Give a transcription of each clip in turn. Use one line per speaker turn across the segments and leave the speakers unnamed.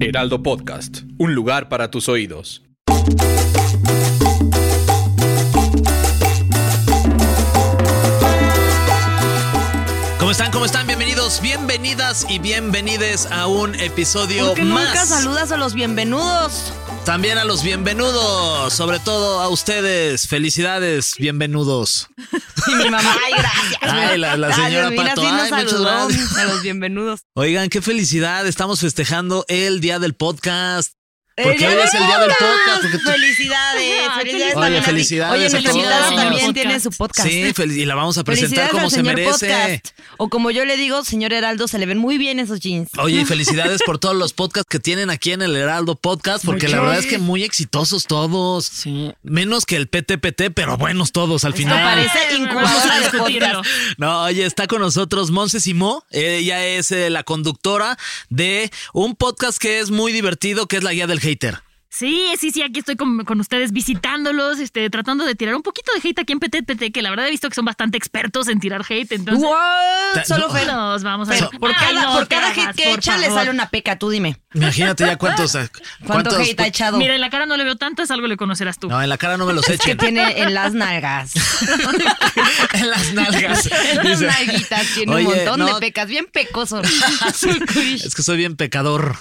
Heraldo Podcast, un lugar para tus oídos.
¿Cómo están? ¿Cómo están? Bienvenidos, bienvenidas y bienvenides a un episodio
Porque
más.
nunca saludas a los bienvenudos.
También a los bienvenudos, sobre todo a ustedes. Felicidades, bienvenudos.
Y mi mamá, ay, gracias.
Ay, la- la señora
Dios mío,
Pato,
sí nos
ay, muchas
saludó
gracias.
A los bienvenudos.
Oigan, qué felicidad, estamos festejando el día del podcast. Porque
día
hoy
del
es el día del podcast. porque tú-
Felicidades,
Ay,
felicidades.
oye,
también a ti.
felicidades
Oye,
a
nuestra
todos.
invitada
Señor
también
podcast.
tiene su podcast.
Sí, fel- y la vamos a presentar
Felicidades
como
al
se
señor
merece.
podcast. O como yo le digo, señor Heraldo, se le ven muy bien esos jeans.
Oye, y felicidades por todos los podcasts que tienen aquí en el Heraldo Podcast, porque la
Muchos.
verdad es que muy exitosos todos. Menos que el PTPT, pero buenos todos al
Esto
final.
parece
Vamos
incubadora
a
de
discutirlo.
podcast.
este No, oye, está con nosotros Monse Simó. Ella es eh, la conductora de un podcast que es muy divertido, que es la guía del hater.
Sí, sí, sí, aquí estoy con, con ustedes visitándolos, este, tratando de tirar un poquito de hate aquí en PTPT, que la verdad he visto que son bastante expertos en tirar hate, entonces... pues
What? Solo
No, Ah,
fe.
Nos vamos a
Pero
ver.
por
Ay,
cada,
no
por
te
cada
hagas,
hit que
por
echa le
favor.
sale una peca, tú dime.
Imagínate ya cuántos. eh,
¿Cuánto
cuántos-
hate ha echado?
Mira, en la cara no le veo tantas, algo le conocerás tú.
No, en la cara no me los
que
echen.
tiene en las nalgas.
en las nalgas.
en las
Dice.
nalguitas tiene
Oye,
un montón
no,
de pecas. Bien pecoso.
Es que soy bien pecador.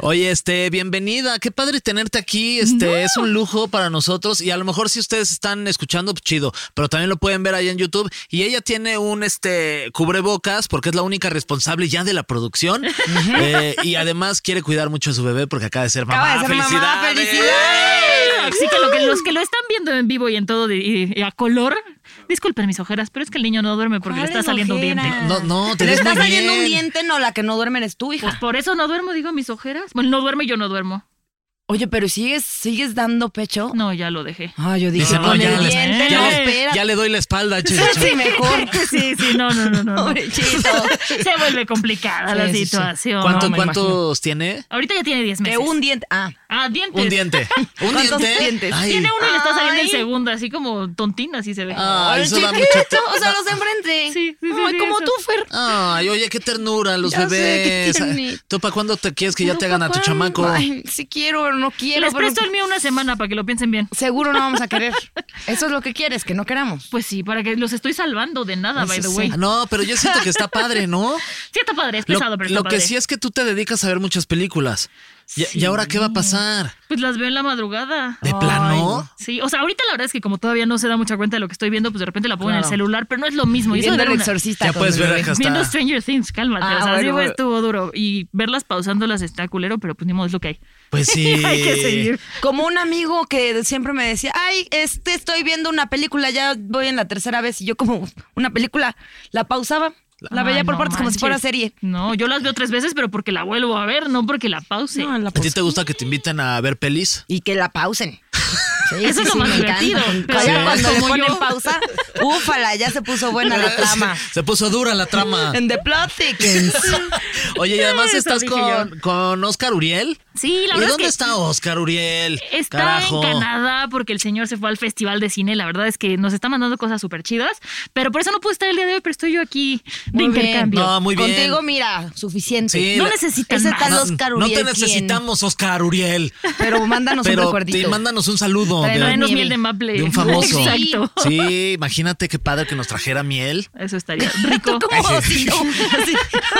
Oye, este, bienvenida. Qué padre tenerte aquí. Este, es un lujo para nosotros. Y a lo mejor si ustedes están escuchando, pues, chido. Pero también lo pueden ver ahí en YouTube. Y ella tiene un este cubrebocas porque es la única responsable ya de la producción. Eh, y además quiere cuidar mucho a su bebé porque acaba de ser mamá.
Acaba de ser mamá. ¡Felicidades!
Así que, lo que los que lo están viendo en vivo y en todo de- y, y a color, disculpen mis ojeras, pero es que el niño no duerme porque le
¿Cuáles
está saliendo un diente.
ojeras?
No, no, te
Le
ves
está
muy
saliendo un
bien.
diente, no, la que no duerme eres tú,
Pues
hija.
por eso no duermo, digo mis ojeras. Bueno, no duerme, yo no duermo.
Oye, pero sigues, sigues dando pecho.
No, ya lo dejé.
Ah, yo dije,
Dice, no,
con
ya,
el
le-
diente,
ya
no,
le,
espera.
ya le doy la espalda. che, che.
Sí, mejor.
Sí, sí, no, no, no, no. no.
Pobrecito.
Se vuelve complicada
Sí,
la
sí, sí.
situación.
¿Cuánto-
No, me
¿Cuántos tiene?
Ahorita ya tiene 10
Que
meses.
un diente. Ah,
Ah, dientes.
Un diente. ¿Un
¿Cuántos
diente?
dientes?
Ay.
Tiene uno y le está saliendo el
Ay. Ah,
segundo, así como tontina, así se ve.
Ay, eso da
chiquito,
mucho-
O sea, los de enfrente.
Sí, sí, sí,
Ay,
sí,
como
eso.
tú, Fer.
Ay, oye, qué ternura los
Ya sé,
bebés.
qué tiernito.
¿Tú para cuándo te quieres que ya
Pero
te hagan a tu
papá,
chamaco?
Ay, sí quiero, pero no quiero.
Les
pero-
presto el mío una semana para que lo piensen bien.
Seguro no vamos a querer. Eso es lo que quieres, que no queramos.
Pues sí, para que los estoy salvando de nada, by the
Eso
way.
sí. Ah,
No, pero yo siento que está padre, ¿no?
Sí, está padre, es
Lo,
pesado, pero está
lo
padre.
que sí es que tú te dedicas a ver muchas películas. Y, y
Sí.
ahora qué va a pasar?
Pues las veo en la madrugada.
¿De plano?
Sí, o sea, ahorita la verdad es que como todavía no se da mucha cuenta de lo que estoy viendo, pues de repente la pongo en el
Claro.
celular, pero no es lo mismo. Y eso de
Viendo
ver
el
una-
exorcista.
Ya
con
puedes
el
ver
bebé.
acá está.
Viendo Stranger Things, cálmate.
Ah,
o sea,
bueno,
sí,
bueno.
estuvo duro. Y verlas pausándolas está culero, pero pues ni modo es lo que hay.
Pues sí.
hay que seguir.
Como un amigo que siempre me decía, ay, este estoy viendo una película, ya voy en la tercera vez. Y yo como una película, la pausaba, la
Ay,
veía por
no
partes como si
manches.
fuera serie.
No, yo las veo tres veces, pero porque la vuelvo a ver, no porque la pause.
No, la
¿A ti
pausa.
te gusta que te inviten a ver pelis?
Y que la pausen. Sí,
Eso es lo más
me encanta.
divertido, pero
Allá
sí.
cuando le
como
ponen
yo.
pausa, úfala, ya se puso buena la trama.
Se puso dura la trama.
En The Plot Thickens.
Oye, y además
Eso
estás
dije
con, con Oscar Uriel.
Sí, la
¿Y dónde
verdad es que
está Oscar Uriel?
Está
Carajo.
en Canadá porque el señor se fue al festival de cine. La verdad es que nos está mandando cosas súper chidas, pero por eso no pude estar el día de hoy, pero estoy yo aquí de
Muy bien.
intercambio.
No, muy bien.
Contigo, mira, suficiente.
Sí,
No
la-
necesitan
Ese
más.
tal
No,
Oscar
no
Uriel,
te
¿quién?
necesitamos, Oscar Uriel.
Pero mándanos un
Pero
recuerdito.
sí, mándanos un saludo.
Traen
de-
Tráenos
nieve.
miel de maple.
De un famoso.
Exacto.
Sí, imagínate qué padre que nos trajera miel.
Eso estaría rico.
¿Cómo?
sí.
Sí, no, así.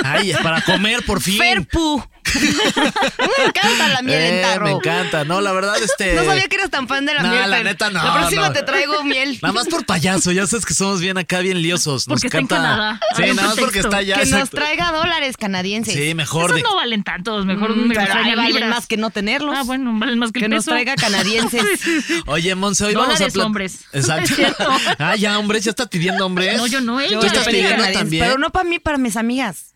Ay, para comer por fin.
Ferpu. me encanta la miel
Eh,
en tarro.
me encanta. No, la verdad, este.
No sabía que eras tan fan de la
No,
miel.
la
Fer.
neta, no,
La próxima
no.
te traigo miel.
Nada más por payaso, ya sabes que somos bien acá, bien liosos. Nos
Porque está en
encanta.
Canadá.
Sí,
Hay un
nada más porque
pretexto.
está allá.
que nos
exacto.
traiga dólares canadienses.
Sí, mejor.
Esos
de-
no valen tantos, mejor
Mm,
me
pero
extrañan
ahí valen
libras.
más que no tenerlos.
Ah, bueno, valen más que,
que
el
nos
peso.
traiga canadienses.
Oye, Monse, hoy vamos a.
Dólares,
plat-
hombres.
Exacto.
Es cierto.
ah, ya, hombres, ya estás pidiendo hombres.
No, yo no, ella.
Tú estás
Yo pedí
pidiendo
canadienses,
también.
Pero no para mí, para mis amigas.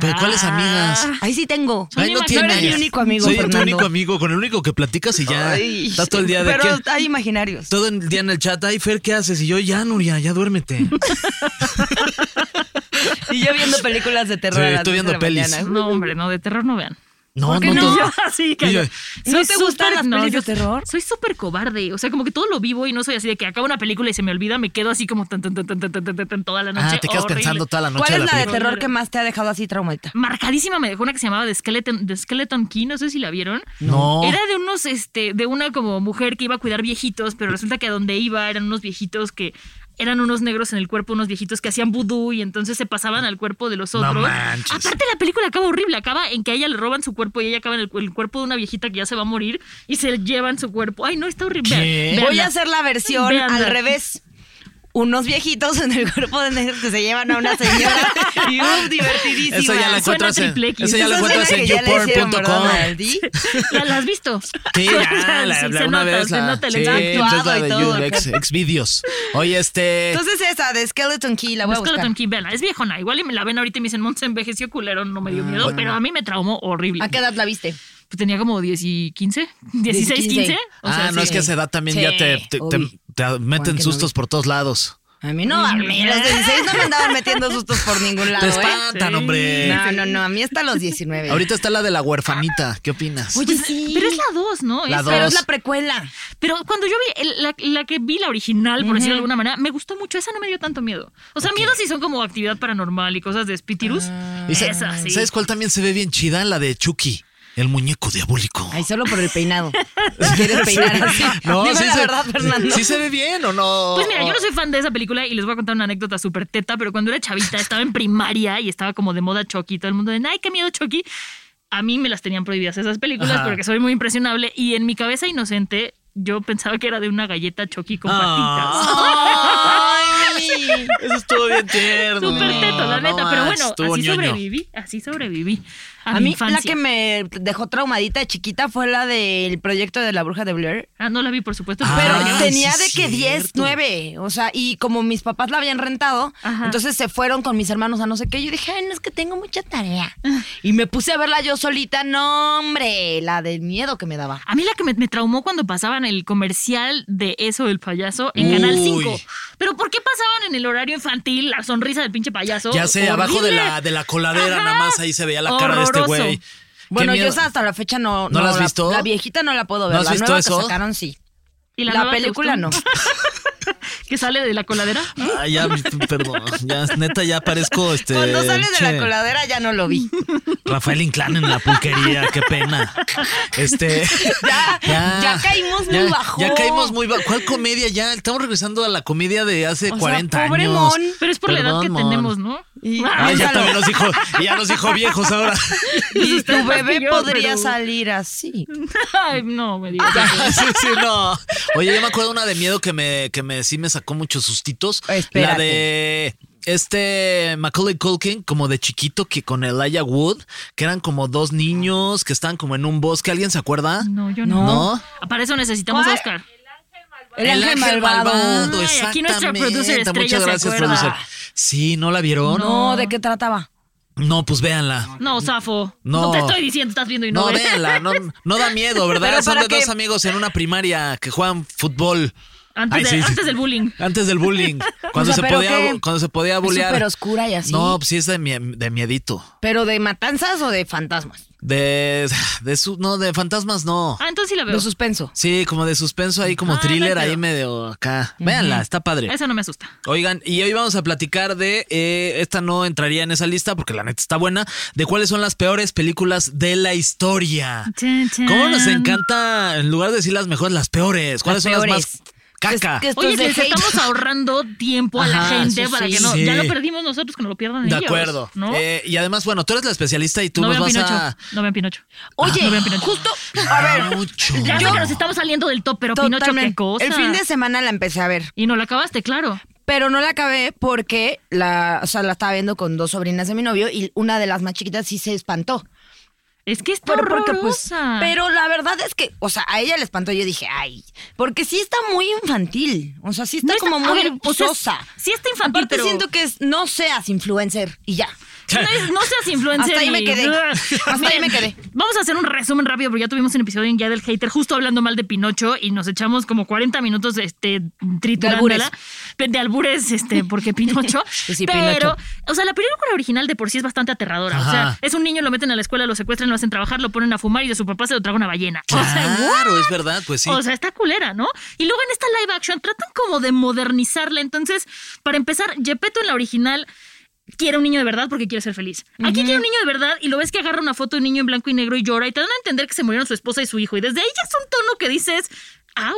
¿Pero cuáles amigas?
Ahí sí tengo.
Soy
Ay,
mi
no
ma-
tienes.
tú eres mi
único amigo,
Soy tu
Fernando.
único amigo, con el único que platicas y ya
Ay,
estás todo el día de
Pero
que-
hay imaginarios.
Todo el día en el chat, ay Fer, ¿qué haces? Y yo, ya, Nuria, ya duérmete.
Y yo viendo películas de terror.
Sí,
a las
estoy
tres de
viendo
la
pelis.
mañana.
Ah, No, hombre, no, de terror no vean.
No,
¿Por qué
no,
no?
no.
Así, calla.
Y
¿No te gustan las pelis de
yo
terror?
Soy súper cobarde. O sea, como que todo lo vivo y no soy así de que acaba una película y se me olvida, me quedo así como tan, tan, tan, tan, tan, tan, tan, tan, toda la noche.
Ah, te quedas
Horrible.
pensando toda la noche
¿Cuál
de
es
la
la de
película.
terror que más te ha dejado así traumadita?
Marcadísima me dejó una que se llamaba The Skeleton, The Skeleton Key, no sé si la vieron.
No.
Era de unos, este, de una como mujer que iba a cuidar viejitos, pero resulta que a donde iba eran unos viejitos que eran unos negros en el cuerpo, unos viejitos que hacían vudú y entonces se pasaban al cuerpo de los
No
otros.
manches.
Aparte la película acaba horrible, acaba en que a ella le roban su cuerpo y ella acaba en el, el cuerpo de una viejita que ya se va a morir y se llevan su cuerpo. Ay, no, está horrible.
¿Qué?
Vean-
Voy
véanla.
a hacer la versión al
Véanla.
revés. Unos viejitos en el cuerpo de negros que se llevan a una señora. y uf, divertidísima.
Esa ya la
Suena
encuentras en,
triple X.
esa ya la
Esa
encuentras
suena
en
que ya le hicieron,
youporn.com.
¿verdad, Aldi?
¿La, la has visto?
Sí, ya, ah, la,
Sí,
la- una
se nota,
vez
se
la-
nota el
sí,
efecto.
actuado
entonces la
y
de
todo.
YouTube, ex, Xvideos. Oye, este,
Entonces esa de Skeleton Key la voy a
Pues
buscar.
Skeleton Key, véanla, es viejona. Igual y me la ven ahorita y me dicen, Mont se envejeció culero, no me dio miedo, pero a mí me traumó horrible.
Ah, ¿A qué edad la viste?
Pues tenía como 10 y 15, 16, 15.
15.
O sea,
ah, no
sí.
es que a esa edad también ya
Sí,
te, te- te-
obvio.
te meten
que no
sustos
vi.
por todos lados.
A mí no, a mí los 16 no me andaban metiendo sustos por ningún
Mm. te
lado, ¿eh?
espantan,
Sí.
hombre.
No, no, no, a mí hasta los 19.
Ahorita está la de la huerfanita, ¿qué opinas?
Oye, sí.
Pero es la 2, ¿no?
La
Es-
dos.
Pero es la precuela.
Pero cuando yo vi el- la, la que vi, la original, por decirlo de alguna manera, me gustó mucho. Esa no me dio tanto miedo. O sea, miedo sí son como actividad paranormal y cosas de espíritus.
Ah.
Y sa-
Esa sí.
¿Sabes cuál también se ve bien chida? La de Chucky, el muñeco diabólico.
Ay, solo por el peinado. ¿Quieres peinar así? Dime la
se,
verdad, Fernando.
sí se ve bien o no.
Pues mira, yo no soy fan de esa película y les voy a contar una anécdota súper teta, pero cuando era chavita estaba en primaria y estaba como de moda Chucky, todo el mundo de, ay, qué miedo Chucky. A mí me las tenían prohibidas esas películas
Ajá.
porque soy muy impresionable y en mi cabeza inocente yo pensaba que era de una galleta Chucky con patitas.
Ah, Ay, eso estuvo bien tierno.
Súper teto,
No
la neta, pero
manches,
bueno,
estuvo
así
ñoño.
sobreviví, así sobreviví. A,
A
mi
mí
infancia.
la que me dejó traumadita de chiquita fue la del proyecto de la bruja de Blair.
Ah, no la vi, por supuesto.
Ah,
Pero
sí
tenía
es
de que 10,
cierto.
9. O sea, y como mis papás la habían rentado,
Ajá.
entonces se fueron con mis hermanos a no sé qué. Yo dije, ay, no, es que tengo mucha tarea. Y me puse a verla yo solita. No, hombre, la del miedo que me daba.
A mí la que me, me traumó cuando pasaban el comercial de eso del payaso en Canal
Uy.
5. Pero ¿por qué pasaban en el horario infantil la sonrisa del pinche payaso?
Ya sé, abajo de
Horrible.
la, de la coladera,
Ajá.
nada más ahí se veía la cara de este
Horroroso.
güey. Qué
Bueno, yo
miedo.
esa hasta la fecha no.
¿No la has
la
visto?
La viejita no la puedo ver.
¿No has
la
visto
nueva
eso?
que sacaron sí.
¿Y
La,
nueva te
película no.
gustó? ¿Que sale de la coladera?
Ah, ya, perdón. Ya, neta, ya parezco este.
Cuando sales de
che,
la coladera ya no lo vi.
Rafael Inclán en la pulquería, qué pena. Este.
Ya, ya caímos muy
ya-
bajo.
Ya caímos muy bajo. ¿Cuál comedia ya? Estamos regresando a la comedia de hace
O sea,
40
pobre
años.
Mon.
Pero es por la edad
Perdón,
que
Mon.
tenemos, ¿no?
Y-
Ah,
Ay, ya
Piénsalo.
también nos dijo, ya nos dijo viejos ahora.
Y tu bebé
Yo,
podría
pero-
salir Ah. así.
Ay, no, me digas.
sí, sí, no. Oye, yo me acuerdo una de miedo que me, que me sí me sacó muchos sustitos. La
Espérate.
de este Macaulay Culkin, como de chiquito, que con Elijah Wood, que eran como dos niños que estaban como en un bosque. ¿Alguien se acuerda?
No, yo no.
¿No?
Para eso necesitamos a
¿Cuál?
Oscar.
El, ángel, malvado.
Ay, aquí nuestra producer
exactamente.
estrella
Muchas
se
gracias,
acuerda.
producer. Sí, ¿no la vieron?
No, ¿de qué trataba?
No, pues véanla.
No, Safo.
No.
No. te estoy diciendo, estás viendo y no,
No,
ves.
véanla, no, no da miedo, ¿verdad?
Pero
Son
¿para
de
qué?
dos amigos en una primaria que juegan fútbol.
Antes de- antes del bullying.
Antes del bullying. Cuando,
O
se,
sea, ¿pero
podía,
qué?
bu- cuando se podía
Es
bullear.
súper oscura y así.
No, pues sí es de, mie- de miedito.
¿Pero de matanzas o de fantasmas?
De, de su, no, de fantasmas no.
Ah, entonces sí la veo.
De suspenso.
Sí, como de suspenso ahí, como
Ah,
thriller
no creo.
ahí medio acá. Véanla, está padre.
Esa no me asusta.
Oigan, y hoy vamos a platicar de, eh, esta no entraría en esa lista porque la neta está buena, de cuáles son las peores películas de la historia.
Chan, chan.
¿Cómo nos encanta, en lugar de decir las mejores, las peores? ¿Cuáles son las
peores.
más caca?
Que- que esto
Oye,
es de
les
hate.
estamos ahorrando tiempo a la
Ajá,
gente
sí,
para
sí.
que no.
Sí.
Ya lo perdimos nosotros, que no lo pierdan
de
ellos,
acuerdo.
¿No?
Eh, y además, bueno, tú eres la especialista y tú
no
nos
vean
vas
Pinocho.
a...
No vean Pinocho.
Oye,
Ah, no vean Pinocho.
justo, a ver,
Mucho.
Ya sé que nos estamos saliendo del top, pero Pinocho, qué
totalmente.
cosa.
el fin de semana la empecé a ver,
Y no la acabaste, claro.
pero no la acabé porque la, o sea, la estaba viendo con dos sobrinas de mi novio y una de las más chiquitas sí se espantó.
Es que está
Pero, porque, pues,
horrorosa.
pero la verdad es que, o sea, a ella le espantó. Yo dije, ay, porque sí está muy infantil. O sea, sí está
No
como
a
muy
ver, o sea,
sosa.
sí está infantil,
Aparte
pero-
siento que es, no seas influencer y ya.
No, es- no seas influencer.
Hasta ahí
y-
me quedé. Hasta ahí me quedé.
Vamos a hacer un resumen rápido porque ya tuvimos un episodio en Ya del Hater justo hablando mal de Pinocho y nos echamos como 40 minutos este, triturándola. De, de albures, este, porque Pinocho.
Pues sí,
pero,
Pinocho.
o sea, la película original de por sí es bastante aterradora. O
Ajá.
sea, es un niño, lo meten a la escuela, lo secuestran, lo hacen trabajar, lo ponen a fumar y de su papá se lo traga una ballena. O sea,
Claro, es verdad, pues sí.
o sea, está culera, ¿no? Y luego en esta live action tratan como de modernizarla. Entonces, para empezar, Gepetto en la original quiere un niño de verdad porque quiere ser feliz. Aquí quiere un niño de verdad y lo ves que agarra una foto de un niño en blanco y negro y llora y te dan a entender que se murieron su esposa y su hijo. Y desde ahí ya es un tono que dices,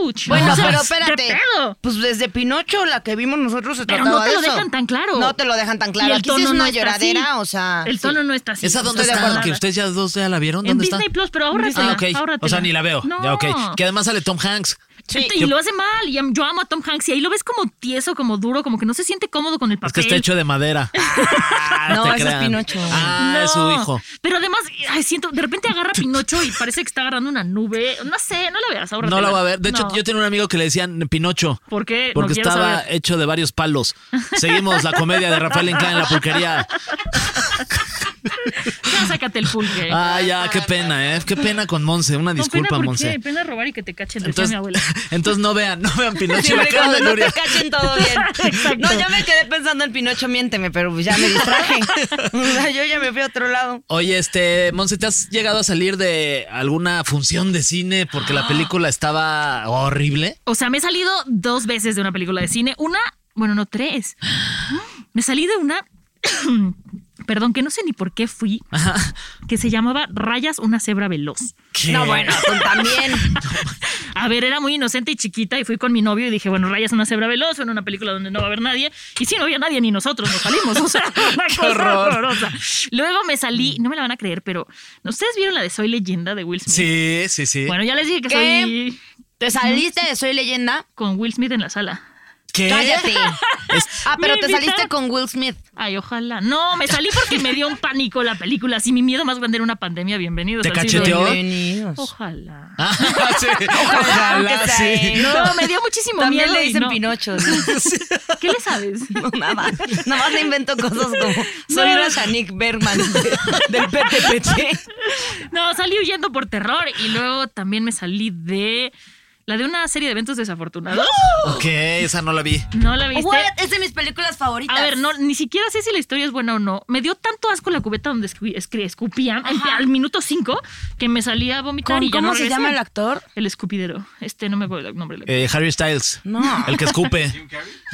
¡ouch!
Bueno,
O sea,
pero
¿qué
espérate.
pedo?
Pues desde Pinocho, la que vimos nosotros, se
Pero
trataba
no te
de
lo
eso.
dejan tan claro.
No te lo dejan tan claro.
Y el
Aquí sí
tono
es una
no está así.
lloradera, o sea.
El tono
sí.
no está así.
¿Esa dónde
O sea,
está?
nada.
Que ustedes ya dos ya la vieron.
En
¿Dónde está?
Disney Plus, pero ahórratela,
Ah, ok.
ahórratela.
O sea, ni la veo.
No.
Ya, ok. Que además sale Tom Hanks.
Sí.
Y lo hace mal. Y am- yo amo a Tom Hanks. Y ahí lo ves como tieso, como duro, como que no se siente cómodo con el papel.
Es que está hecho de madera. Ah,
No,
te
ese es
crean.
Pinocho.
Ah, es su
No.
hijo.
Pero además, ay, siento, de repente agarra a Pinocho y parece que está agarrando una nube. No sé, no la veas, ahora.
No la voy a ver. De hecho, yo tenía un amigo que le decían Pinocho.
¿Por qué? No
Porque
quiero
estaba
saber.
hecho de varios palos. Seguimos la comedia de Rafael Inclán en la pulquería.
Ya sácate el pulque.
Ah, ya, qué pena, ¿eh? Qué pena con Monse. Una
No,
disculpa,
pena,
Monse.
Porque, pena robar y que te cachen, decía mi
Entonces,
abuela.
entonces no vean, no vean Pinocho. La
Siempre
cara
cuando
de
no te
Nuria.
cachen todo bien. No, yo me quedé pensando en Pinocho, miénteme, pero pues ya me distraje. O sea, yo ya me fui a otro lado.
Oye, este, Monse, ¿te has llegado a salir de alguna función de cine porque la película estaba horrible?
O sea, me he salido dos veces de una película de cine. Una, bueno, no, tres. Me salí de una. Perdón, que no sé ni por qué fui,
Ah.
que se llamaba Rayas, una cebra veloz.
¿Qué?
No, bueno, pues también.
A ver, era muy inocente y chiquita y fui con mi novio y dije, bueno, Rayas una cebra veloz, en una película donde no va a haber nadie. Y sí, no había nadie, ni nosotros nos salimos. O sea, una cosa
horror. Mm.
horrorosa. Luego me salí, no me la van a creer, pero ¿no ¿ustedes vieron la de Soy Leyenda de Will Smith?
Sí, sí, sí.
Bueno, ya les dije que
¿Qué?
soy
¿Te saliste de Soy Leyenda?
con Will Smith en la sala.
¿Eh?
¿Qué?
Cállate. Ah, pero
Me
te saliste
invitaron-
con Will Smith.
Ay, ojalá. No, me salí porque me dio un pánico la película. Si mi miedo más grande era una pandemia, bienvenidos.
¿Te
al siglo
cacheteó?
XXI.
Bienvenidos.
Ojalá.
Ah, sí.
aunque
Ojalá,
sea
sí.
él.
No, me dio muchísimo
También
miedo.
le
y
dicen
no.
Pinocho. ¿no?
¿Qué le sabes?
No, nada más. Nada más le invento cosas como soy
No.
una Shanique Berman de- del PTPT.
No, salí huyendo por terror y luego también me salí de la de una serie de eventos desafortunados.
Ok, esa no la vi.
¿No la viste?
What? Es de mis películas favoritas.
A ver, no, ni siquiera sé si la historia es buena o no. Me dio tanto asco la cubeta donde escu- escri- escupían al- al minuto 5 que me salía a vomitar.
¿Con-
y ya
¿Cómo
no
se
regresé.
llama el actor?
El escupidero. Este no me acuerdo el nombre. del actor.
Eh, Harry Styles.
No.
El que escupe.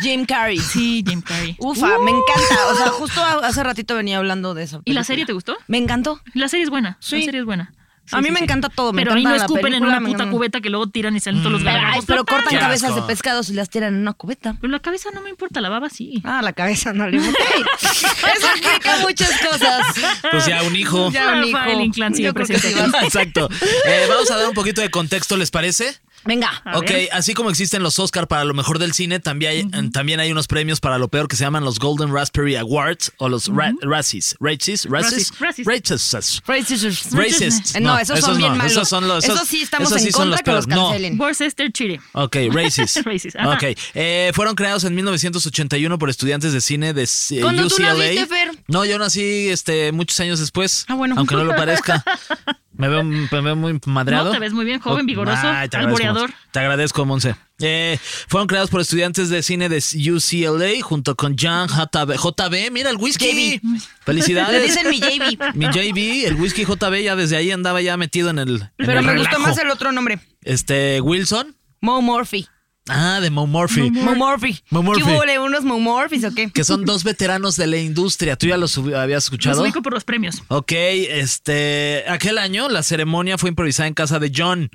Jim Carrey.
Sí, Jim Carrey.
Ufa, me encanta. O sea, justo a- hace ratito venía hablando de eso.
¿Y la serie te gustó?
Me encantó.
La serie es buena.
Sí.
La serie es buena. Sí,
A mí
sí,
me
sí.
encanta todo, me
Pero ahí
encanta
no
la
escupen en
película,
una
me
puta
encanta.
cubeta que luego tiran y salen todos los
Pero, ay,
gargajos.
pero cortan
Qué
cabezas de
asco.
pescados y las tiran en una cubeta.
Pero Pues la cabeza no me importa, la baba sí.
Ah, la cabeza no le Ok. Eso explica muchas cosas.
Pues ya un hijo.
Ya un hijo.
Rafael Inclán sigue
Yo creo que
presente
sí
aquí.
vas.
Exacto. Eh, vamos a dar un poquito de contexto, ¿les parece?
Venga.
A
ok,
ver.
así como existen los Oscar para lo mejor del cine, también hay, también hay unos premios para lo peor que se llaman los Golden Raspberry Awards o los ra- Razzies. Razzies, Razzies,
Razzies.
Razzies.
Racist.
Racist.
No, esos son bien malos.
Esos, son los,
Esos
esos-
sí estamos
esos
en
sí son
contra que los
peores. No.
cancelen.
Worcester Chile.
Ok, Races.
Races, ajá.
ok. Eh, fueron creados en 1981 por estudiantes de cine de eh,
¿Cuándo tú
UCLA.
naciste, Fer?
No, yo nací este, muchos años después.
Ah, bueno.
Aunque no lo parezca. Me veo, me veo muy madreado.
No, te ves muy bien, joven, vigoroso,
te agradezco,
alboreador.
Monse. Te agradezco, Monse. Eh, fueron creados por estudiantes de cine de UCLA junto con Jan JB. JB, mira el whisky.
Le
Felicidades.
dicen mi JB.
Mi JB, el whisky JB ya desde ahí andaba ya metido en el. en
Pero
el
me gustó
relajo.
más el otro nombre.
Este, Wilson.
Mo Murphy.
Ah, de Mo Murphy.
Mo Murphy.
Mo Murphy.
¿Qué hubo de unos Mo Murphys o qué?
que son dos veteranos de la industria. ¿Tú ya los hubi- habías
Los
escuchado?
ubico por los premios.
Ok, este, aquel año la ceremonia fue improvisada en casa de John.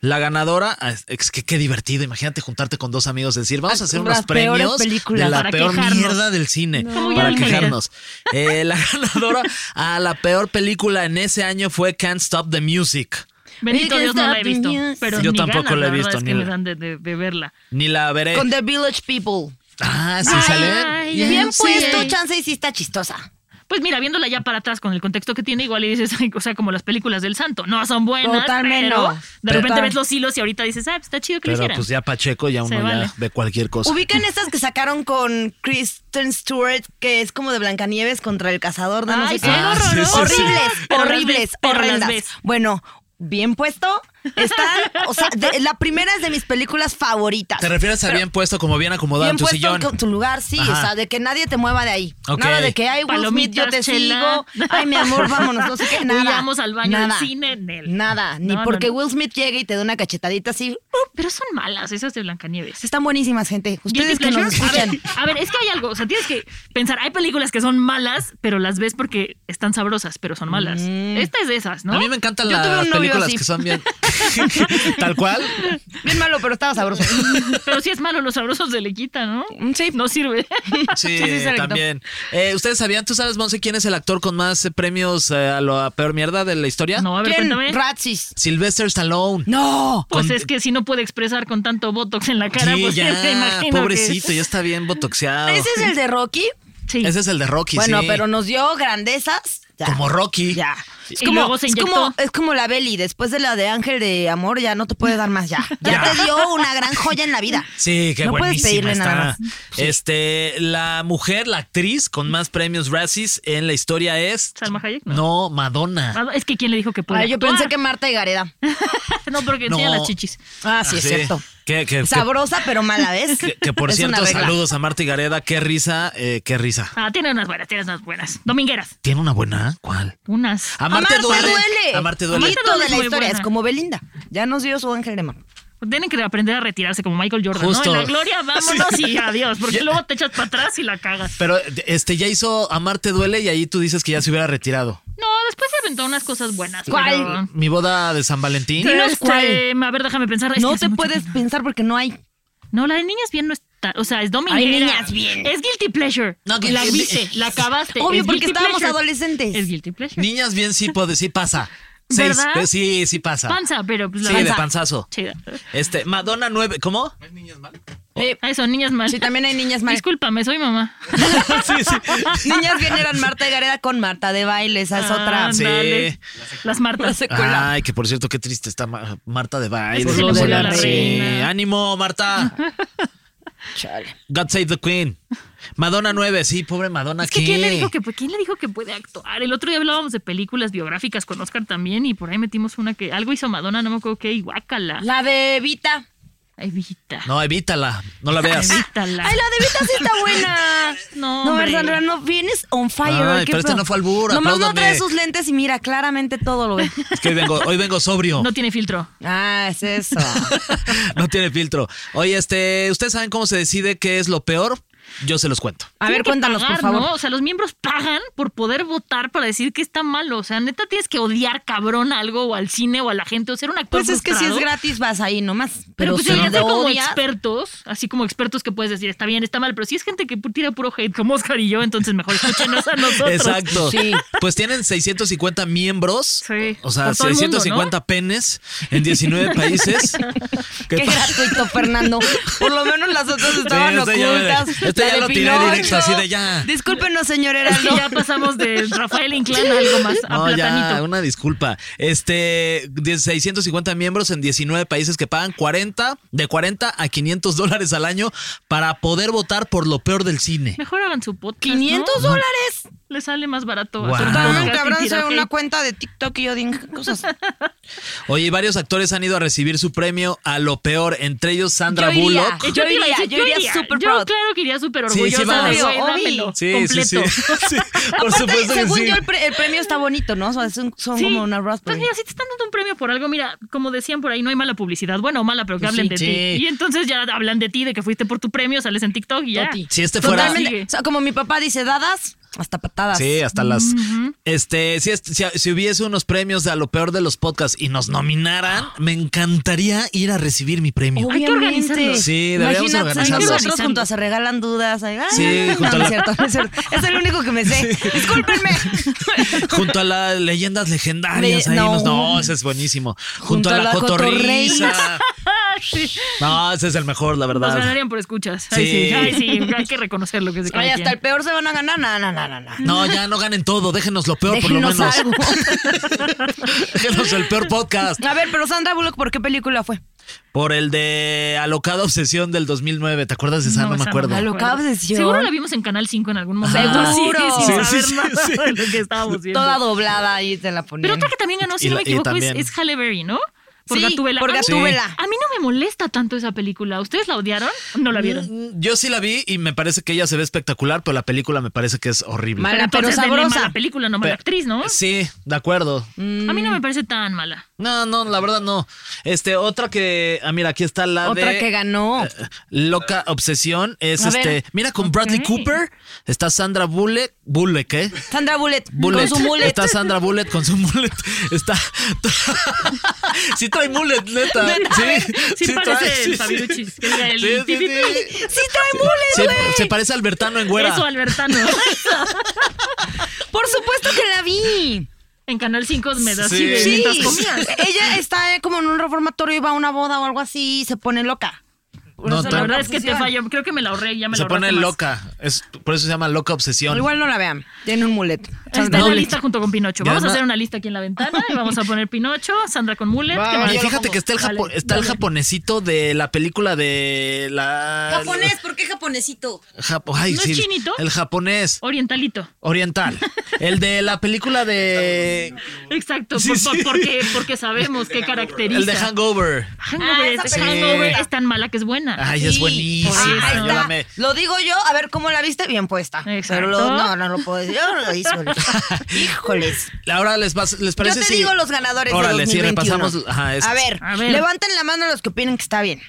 La ganadora, ah, es que qué divertido, imagínate juntarte con dos amigos y decir, vamos a hacer
Las
unos
peores
premios
películas.
de la
Para
peor
quejarnos.
mierda del cine
Como
para
John Carter.
quejarnos. Eh, la ganadora a la peor película en ese año fue Can't Stop the Music.
Bendito
Oye,
Dios, no la he
está
visto.
bien.
Pero
pues, Yo
ni
tampoco
ganas,
la he
verdad,
visto,
es
ni
que me
la-
dan de, de- de verla.
Ni la veré.
Con The Village People.
Ah, sí sale.
Ay,
Yeah,
Bien
sí.
puesto, chance y sí está chistosa.
Pues mira, viéndola ya para atrás con el contexto que tiene, igual y dices, "Ay, o sea, como las películas del santo, no son buenas,
Totalmente,
pero
no.
de
Total.
repente ves los hilos y ahorita dices, ah, pues está chido que lo
Pero
hicieran.
pues ya Pacheco ya
Se
uno
vale.
ya ve cualquier cosa.
Ubican estas que sacaron con Kristen Stewart, que es como de Blancanieves contra el cazador de no
Ay,
sé
qué
qué.
Ah, sí,
horroroso.
sí, sí.
horribles,
Pero las
horribles,
ves, pero las
horrendas.
ves.
Bueno, bien puesto. Están, o sea, de- la primera es de mis películas favoritas.
¿Te refieres a bien puesto, como bien acomodado
Bien
en tu
puesto
sillón?
en tu- tu lugar, sí,
Ajá.
o sea, de que nadie te mueva de ahí.
Ok.
Nada de que, ay, Will Smith,
Palomitas,
yo te
chela.
sigo. Ay, mi amor, vámonos, no sé qué, nada.
Huyamos al baño del
nada,
cine, Nel.
Nada, ni
No, no,
porque
no.
Will Smith llegue y te dé una cachetadita así.
Pero son malas esas de Blancanieves.
Están buenísimas, gente. Ustedes
Guilty
que nos
pleasures.
escuchan.
A ver, a ver, es que hay algo, o sea, tienes que pensar, hay películas que son malas, pero las ves porque están sabrosas, pero son malas. Esta es de esas, ¿no?
Mm. A mí me encantan
Yo tuve un
las
novio
películas
así.
que son bien. Tal cual.
Bien malo, pero estaba sabroso.
Pero si es malo, los sabrosos se le quita, ¿no?
Mm.
Mm, Sí.
No sirve.
Sí,
Sí, sí, se le quitó.
también. Eh, ¿Ustedes sabían, tú sabes, Monse, quién es el actor con más eh, premios eh, a la peor mierda de la historia?
No, a ver, cuéntame.
¿Quién? Ratsis.
Sylvester Stallone.
No.
Pues
Con-
es que si no puede expresar con tanto botox en la cara,
Sí,
pues
ya,
me imagino que-
pobrecito, ya está bien botoxeado.
¿Ese es el de Rocky?
Sí.
Ese es el de Rocky,
Bueno,
sí.
pero nos dio grandezas. Ya.
Como Rocky.
Ya.
Y luego se
es,
inyectó.
como, es como la Beli, después de la de Ángel de Amor, ya no te puede dar más, ya. Ya, te dio una gran joya en la vida.
Sí, qué
No puedes
buenísima
pedirle
está.
nada más.
Este, la mujer, la actriz con más premios Razzies en la historia es
Salma Hayek, no.
no Madonna.
Ah, Es que quién le dijo que puede.
Ay, yo
actuar?
pensé que Marta y Gareda.
no, porque
No.
enseña las chichis.
Ah, sí, es
Sí.
cierto.
Que, que- que-
Sabrosa, pero mala vez.
que- que por
Es una
cierto,
regla.
saludos a Marta y Gareda. Qué risa, eh, qué risa.
Ah, tiene unas buenas, tiene unas buenas. Domingueras.
¿Tiene una buena? ¿Cuál?
Unas.
Amarte, duele. Amarte duele.
Mito
Amarte duele
de
es
la
muy
historia,
buena.
es como Belinda. Ya nos dio su Ángel de Amor.
Tienen que aprender a retirarse como Michael Jordan,
Justo.
¿no? En la gloria, vámonos y adiós, porque luego te echas para atrás y la cagas.
Pero este ya hizo Amarte duele y ahí tú dices que ya se hubiera retirado.
No, después se aventó unas cosas buenas.
¿Cuál?
Mi boda de San Valentín.
Pero...
¿Sabes
Dinos,
cuál?
eh, a ver, déjame pensar. Es que
No
hace
te
mucho
puedes
tiempo.
pensar porque no hay.
No, la de niñas bien no está. O sea, es dominguera.
Hay niñas bien.
Es guilty pleasure.
No, que-
la viste, la acabaste.
Obvio,
Es
porque
guilty
estábamos
pleasure.
adolescentes.
Es guilty pleasure.
Niñas bien sí puede, sí pasa. Seis,
¿Verdad?
eh, sí, sí pasa.
Panza, pero pues la
sí, de
panza.
panzazo.
Chida.
Este, Madonna 9, ¿cómo?
Ah, eso, niñas mal.
Sí, también hay niñas mal.
Discúlpame, soy mamá.
sí, sí.
Niñas bien eran Marta y Gareda con Marta de baile, esa
Ah,
es otra.
sí.
Ándale. Las martas.
Ay, que por cierto, qué triste está Ma- Marta de baile.
Es que
se le murió la
sí,
reina.
ánimo, Marta.
Chale.
God save the Queen. Madonna 9, sí, pobre Madonna.
Es que
¿qué?
¿quién le, dijo que, pu- ¿quién le dijo que puede actuar? El otro día hablábamos de películas biográficas con Oscar también y por ahí metimos una que algo hizo Madonna, no me acuerdo qué, y guácala.
La de Vita.
Ay, viejita.
No, evítala, no la veas.
Evítala.
Ay, la de Vita sí está buena.
No,
no
hombre.
Sandra, no vienes on fire.
Ay,
¿qué
pero este
pedo?
no fue albur,
Nomás no
apláudame.
trae sus lentes y mira, claramente todo lo ve.
Es que hoy vengo, hoy vengo sobrio.
No tiene filtro.
Ah, es eso.
No tiene filtro. Oye, este, ¿ustedes saben cómo se decide qué es lo peor? Yo se los cuento.
A ver,
Tienen que
cuéntanos,
pagar,
por favor.
¿no? O sea, los miembros pagan por poder votar para decir que está malo. O sea, neta tienes que odiar cabrón a algo o al cine o a la gente o ser un actor
Pues es que si es
frustrado.
gratis vas ahí nomás.
Pero,
Pero,
pues
si
deberían ser
lo
como
odias,
expertos, así como expertos que puedes decir está bien, está mal, pero si es gente que pu- tira puro hate como Oscar y yo, entonces mejor escúchenos a nosotros.
Exacto.
Sí.
Pues tienen 650 miembros,
Sí.
o sea,
Por todo el mundo,
650 penes en 19 países. ¿Qué
Qué
pa-
gratuito, Fernando. Por lo menos las otras estaban
Sí, este ya-
ocultas.
este
La
ya
de
lo tiré
Pinocho.
directo, así de ya.
Discúlpenos, señor
Es que
Heraldo.
ya pasamos de Rafael Inclán a algo más, a
No, ya,
Platanito.
una disculpa. Este, de 650 miembros en 19 países que pagan 40, de 40 a 500 dólares al año para poder votar por lo peor del cine.
Mejor hagan su podcast. ¿no?
¿500 dólares?
Le sale más barato.
Wow.
hacer un
Total,
podcast y
Cabrón,
tirar
se una
hate.
cuenta de TikTok y yo digo cosas.
Oye, y varios actores han ido a recibir su premio a lo peor, entre ellos Sandra
Yo iría.
Bullock.
Eh, Yo,
Yo
te iba a
iría,
decir,
yo iría súper
Yo
proud.
claro que iría súper
Sí, sí
orgullosa
vas.
de güey,
Obvio.
dámelo,
Sí,
completo.
sí, sí. Sí, por
Aparte,
supuesto que
según
sí.
yo, el, pre- el premio está bonito, ¿no? O sea, son, son
Sí.
como una
Pues
raspberry.
mira, si te están dando un premio por algo, mira, como decían por ahí, no hay mala publicidad. Bueno, o mala, pero que
Pues
hablen
sí,
de
sí.
ti. Y entonces ya hablan de ti, de que fuiste por tu premio, sales en TikTok y ya.
Toti.
Si este fuera-
Totalmente.
Sigue.
O sea, como mi papá dice, dadas hasta patadas.
Sí, hasta las. Este, si, est- si, si hubiese unos premios de a lo peor de los podcasts y nos nominaran, me encantaría ir a recibir mi premio.
Hay que organizarlo.
Sí, deberíamos organizarlo.
Imagínate, ahí
Hay que
Nosotros
organizarlo.
juntos se regalan dudas. ahí, ah,
Sí,
no,
junto a
no
la-
es cierto, no es cierto. Es el único que me sé. Discúlpenme.
Junto a las leyendas legendarias.
Le-
ahí
no.
nos- no. ese es buenísimo. Junto, a la,
cotorreiza.
cotorriza.
Sí.
No, ese es el mejor, la
Nos
verdad.
ganarían por escuchas. Ay,
Sí.
sí. Ay, sí, hay que reconocer lo que es de cada
Ay, hasta
quien.
el peor se van a ganar. No, no, no, no, no.
No, ya no ganen todo, déjenos lo peor
Déjenos
por lo menos.
algo.
déjenos el peor podcast.
A ver, pero Sandra Bullock, ¿por qué película fue?
Por el de Alocada Obsesión del 2009, ¿te acuerdas de esa? No, me
esa
acuerdo.
Alo- Alocada obsesión.
Seguro la vimos en Canal 5 en algún momento.
Ajá.
Sí, sí,
Seguro.
sin
Sí, sí,
saber nada
sí,
de lo que estábamos viendo.
Toda doblada ahí te la ponían.
Pero otra que también ganó, si
Y
no
la- y
me equivoco, es,
también-
es Halle Berry, ¿no? Por Ah,
Sí,
Gatúbela.
por
A mí-
Gatúbela.
A mí no me molesta tanto esa película. ¿Ustedes la odiaron? No la vieron.
Mm, Yo sí la vi y me parece que ella se ve espectacular, pero la película me parece que es horrible.
Mala, pero
entonces denle
sabrosa.
Mala película, no mala
Pe-
actriz, ¿no?
Sí, de acuerdo.
A mí no
Mm.
me parece tan mala.
No, no, la verdad no. Este, otra que. Ah, mira, aquí está la
Otra
de.
que
eh,
ganó.
Loca Obsesión. Es
A
este.
ver.
Mira, con Bradley
Ok.
Cooper. Está Sandra Bullock. Bullock, ¿eh?
Sandra Bullet.
Bullet.
Con su mullet.
Está Sandra Bullet con su mullet. Está. sí trae mullet, neta.
Neta, a ver,
sí,
sí parece el
sí.
Fabiruchis, que diga el
Sí, sí,
tipi,
sí.
Sí trae mullet,
Se,
güey.
se parece a Albertano en güera.
Eso, Albertano.
Por supuesto que la vi.
en Canal 5 me das
Sí.
así de
Sí.
mientras comías.
Ella está eh, como en un reformatorio, iba a una boda o algo así y se pone loca. Por
No,
eso
La
Tan-
verdad es que te
confusión.
fallo. Creo que me la ahorré. Ya me
se
la
pone
ahorraste más.
loca. Es, por eso se llama Loca Obsesión.
Igual no la vean. Tiene un mulet.
Está en la lista junto con Pinocho.
Ya
Vamos a
no-
hacer una lista aquí en la ventana y vamos a poner Pinocho, Sandra con Mullet.
Ah,
que
Y
vale.
fíjate que está el,
Vale,
japo- está el
dale.
japonesito de la película de la.
¿por qué japonesito?
Japo- ay,
¿No es
sí,
chinito?
El japonés.
Orientalito.
Oriental. El de la película de.
Exacto,
Sí,
por-
sí.
porque, porque sabemos qué caracteriza.
El de Hangover.
Hangover,
Ah, esa
es-
película.
Hangover es tan mala que es buena.
Ay, es buenísima.
ahí
yo
está.
la amé.
Ah, Lo digo yo, a ver cómo la viste, bien puesta.
Exacto.
Pero lo- no, no lo puedo decir. Yo no lo hice. Híjoles.
Ahora les, vas- les
Yo
parece
te
si-
digo los ganadores
Órale,
de
si
2021.
repasamos. ajá, es-
a, ver,
A ver.
levanten la mano los que opinen que está bien.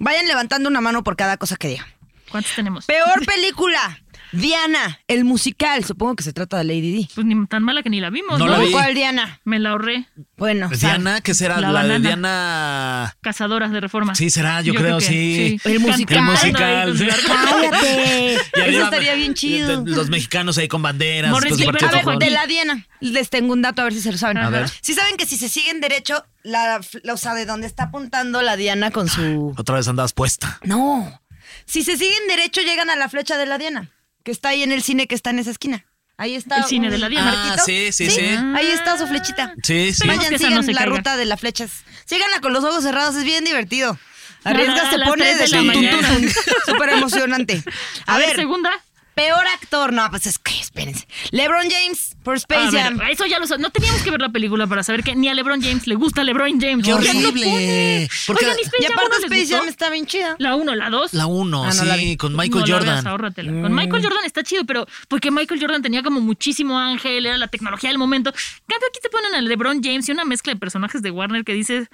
Vayan levantando una mano por cada cosa que diga.
¿Cuántos tenemos?
Peor película. Diana, el musical. Supongo que se trata de Lady D.
Pues ni tan mala que ni la vimos,
No
¿no?
la vi. Pues
¿Cuál Diana?
Me la ahorré.
Bueno,
Diana, ¿qué será? La,
La
de
banana.
Diana.
Cazadoras de reforma.
Sí, será, yo, creo,
que
sí.
El musical.
El
Cantando
musical.
ahí
sí.
con su arpa.
Y
Cállate. Eso
arriba,
estaría bien chido.
de- Los mexicanos ahí con banderas. pues,
Morris
con su
Gilbert,
parche
A ver,
rojo.
Juan.
de la Diana, les tengo un dato a ver si se lo saben.
A
ver.
Si saben que si se siguen derecho, la, la- o sea, de donde está apuntando la Diana con su.
Otra vez andabas puesta.
No. Si se siguen derecho, llegan a la flecha de la Diana, que está ahí en el cine que está en esa esquina. Ahí está.
El cine de la Diana.
marquito.
Ah, sí, sí, sí.
Ahí está su flechita.
Sí, sí.
Esperemos
Vayan,
que esa
sigan
no se
la
caiga.
ruta de las flechas. Síganla con los ojos cerrados, es bien divertido.
A
Arriesgas, se
Ah, las
pone
tres
de
de la
la
mañana.
Súper emocionante. A, ver,
segunda.
peor actor. No, pues es que, espérense. LeBron James por
A
Space Jam.
ver, Ah, eso ya lo sabemos. No teníamos que ver la película para saber que ni a LeBron James le gusta LeBron James.
¡Qué
¿Por no
horrible!
pone?
Porque-
Oigan, ¿y Space
Y
Jam
aparte
uno les
Space
gustó?
Jam está bien chida.
La 1, la dos.
La 1,
Ah, no, la
sí,
vi.
con Michael
No la
Jordan. Mm.
veas, ahórratela. Con Michael Jordan está chido, pero porque Michael Jordan tenía como muchísimo ángel, era la tecnología del momento. En cambio, aquí te ponen al LeBron James y una mezcla de personajes de Warner que dices,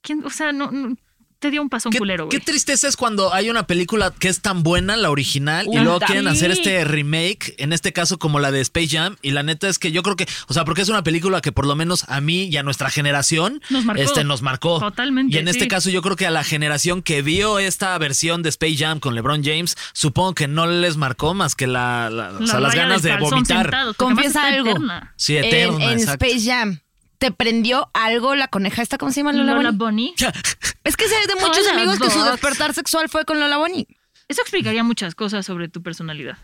¿quién? O sea, no, no- te dio un pasón
¿Qué,
culero,
qué
güey.
tristeza es cuando hay una película que es tan buena, la original, y
Uy,
luego
sí.
quieren hacer este remake, en este caso como la de Space Jam, y la neta es que yo creo que, o sea, porque es una película que por lo menos a mí y a nuestra generación
Nos marcó.
Este, nos marcó.
Totalmente,
Y en este
sí.
caso yo creo que a la generación que vio esta versión de Space Jam con LeBron James, supongo que no les marcó más que la, la- o
La
sea, las
raya
ganas
del
de
calzón
vomitar.
sentado, porque
Confiesa
además está
algo.
eterna.
Sí, eterna,
En, en
exacto.
Space Jam. ¿Te prendió algo la coneja esta? ¿Cómo se llama Lola,
Lola
Bunny?
Bunny.
Es que sé de muchos
Hola,
amigos que su
Box.
despertar sexual fue con Lola Bunny.
Eso explicaría muchas cosas sobre tu personalidad.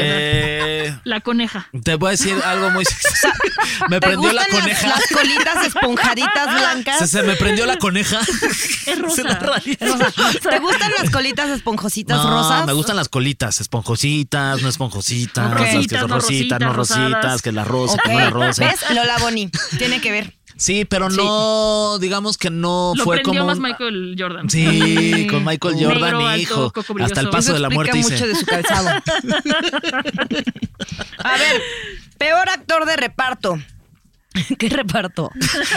Este,
La coneja.
te voy a decir algo muy... me
¿Te
prendió la
gustan las-
coneja.
Las, colitas esponjaditas
Se,
blancas.
se me prendió la coneja.
Es
Se la
rosa.
rayé.
¿Te gustan las colitas esponjositas
No,
rosas?
Me gustan las colitas, esponjositas, no esponjositas,
Rositas,
las que son
no
rositas, no
rositas,
rositas,
rosadas.
que la rosa,
Ok.
que no la rosa.
¿Ves? Lola Bunny. Tiene que ver.
Sí, pero no, digamos que no
Lo
fue
prendió
como.
más
un-
Michael Jordan.
Sí, con Michael
Negro,
Jordan,
alto,
hijo.
coco brilloso.
Hasta el paso
Eso
de la muerte
explica
hice.
mucho de su calzado. A ver, peor actor de reparto. ¿Qué reparto?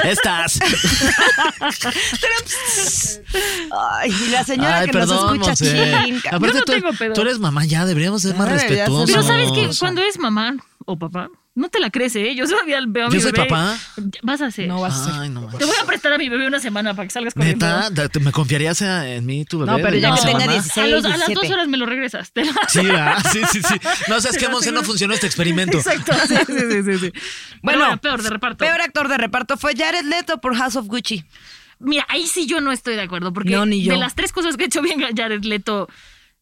Estas.
Ay, y la señora
Ay,
que
perdón,
nos escucha,
Monse.
chinga.
Aparte,
Yo no
tú,
tengo pedo.
tú eres mamá ya, deberíamos ser más
Ay, ya sé.
respetuosos.
Pero sabes que cuando es mamá o papá, no te la crees, ¿eh? Yo todavía veo a mi
¿Yo soy
bebé.
papá?
Vas a ser.
No vas a ser.
Ay, no.
Te voy a prestar a mi bebé una semana para que salgas con
Neta, ¿te- ¿me confiarías en mí, tu bebé?
No, pero
de
ya
una
que tenga
semana?
16.
A, los- a las
17.
dos horas me lo regresas. Te la-
Sí, ¿verdad? sí, sí, sí. No, sabes
Te
que
lo
Monse no
aseguro.
funcionó este experimento.
Exacto. Sí, sí, sí, sí, sí. Pero
Bueno,
peor de reparto.
Peor actor de reparto fue Jared Leto por House of Gucci.
Mira, ahí sí yo no estoy de acuerdo, porque
No, ni yo.
de las tres cosas que ha hecho bien Jared Leto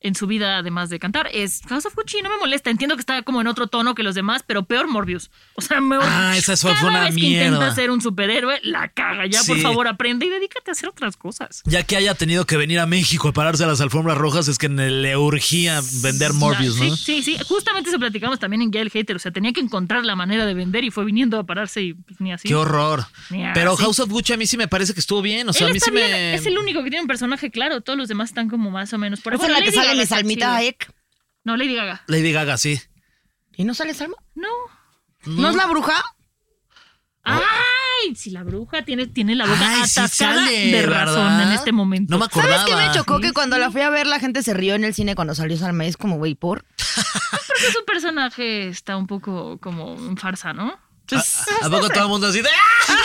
en su vida, además de cantar, es House of Gucci, no me molesta. Entiendo que está como en otro tono que los demás, pero peor Morbius. O sea, me
Ah, esa fue-
Cada
fue una
vez que intenta
mierda.
ser un superhéroe, la caga. Ya, por
Sí.
favor, aprende y dedícate a hacer otras cosas.
Ya que haya tenido que venir a México a pararse a las alfombras rojas, es que le urgía vender Morbius,
Ya,
¿no?
Sí, sí, sí. Justamente eso platicamos también en Ya el Hater. O sea, tenía que encontrar la manera de vender y fue viniendo a pararse y pues, ni así.
Qué horror.
Ya,
Pero
sí.
House of Gucci a mí sí me parece que estuvo bien. O sea,
Él
a mí
está
sí
bien,
me.
Es el único que tiene un personaje claro. Todos los demás están como más o menos. Por
Esa es
ejemplo,
la que
Lady
sale
Gaga
mi
está
salmita ¿eh?
chida.
Hayek.
No, Lady Gaga.
Lady Gaga, sí.
¿Y no sale Salma?
No.
¿No es la bruja?
Ay, si la bruja tiene, tiene la boca
Ah. Ay, sí
atascada
sale,
de razón
¿verdad?
en este momento.
No me acordaba.
¿Sabes qué me chocó?
Sí,
que cuando la fui a ver, la gente se rió en el cine cuando salió Salma. Y es como, güey, por.
Porque su personaje está un poco como en farsa, ¿no? Entonces,
¿A poco todo el mundo así de. ¡Ah!
La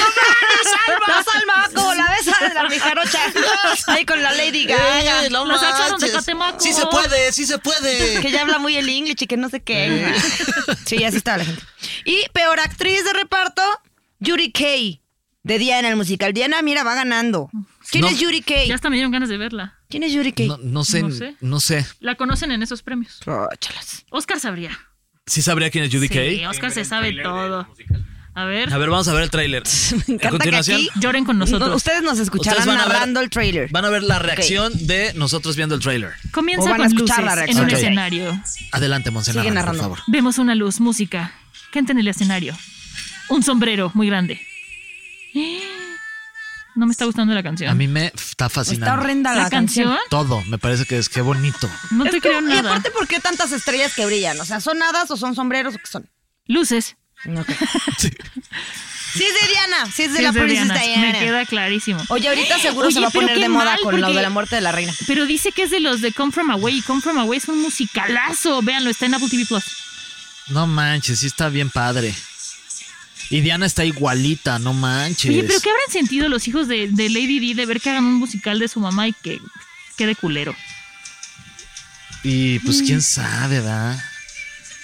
Pues, Salma, como la ves a la mijarocha. Ahí con la Lady Gaga.
¡Eh, no
La sacaron de
manches!
Catemaco.
Sí se puede, sí se
Que
puede.
ya habla muy el English y que no sé qué. Sí, así estaba la gente. Y peor actriz de reparto, Yuri Kay. De Diana, el musical. Diana, mira, va ganando. ¿Quién
No.
es Yuri Kay?
ya hasta me dieron ganas de verla.
¿Quién es Yuri Kay?
No, no sé,
No sé.
no sé.
La conocen en esos premios.
Oh, chalas.
Oscar sabría.
Sí sabría quién es Judy
Sí,
Kay.
Oscar se sabe todo. A ver,
A ver, vamos a ver el tráiler.
Me
A
encanta que
continuación,
aquí
lloren con nosotros.
no- ustedes nos escucharán
ustedes van a ver-
narrando el trailer.
van a ver la reacción de nosotros viendo el tráiler.
Comienza
O van a
con luces
escuchar la
en
reacción.
un
Ok.
escenario.
Adelante, Monsenara,
Sigue
por
narrando.
favor.
Vemos una luz, música. Gente en el escenario. Un sombrero muy grande. No me está gustando la canción.
A mí me está fascinando.
Está horrenda la,
¿La canción?
Todo, me parece que es qué bonito.
No te
Es como-
creo
y
nada.
aparte, ¿por qué tantas estrellas que brillan? O sea, ¿son hadas o son sombreros o qué son?
Luces.
Sí es de Diana, sí es de
Sí,
la
es de
Princess
Diana.
Diana.
Me queda clarísimo.
Oye, ahorita seguro se
Oye,
va a
pero
poner
qué
de moda
mal,
con lo
porque-
de la muerte de la reina.
Pero dice que es de los de Come From Away. Y Come From Away es un musicalazo. Véanlo, está en Apple TV Plus.
No manches, sí está bien padre. Y Diana está igualita, no manches.
Oye, pero ¿qué habrán sentido los hijos de, de Lady D de ver que hagan un musical de su mamá y que quede culero?
Y
Mm.
pues quién sabe, ¿verdad?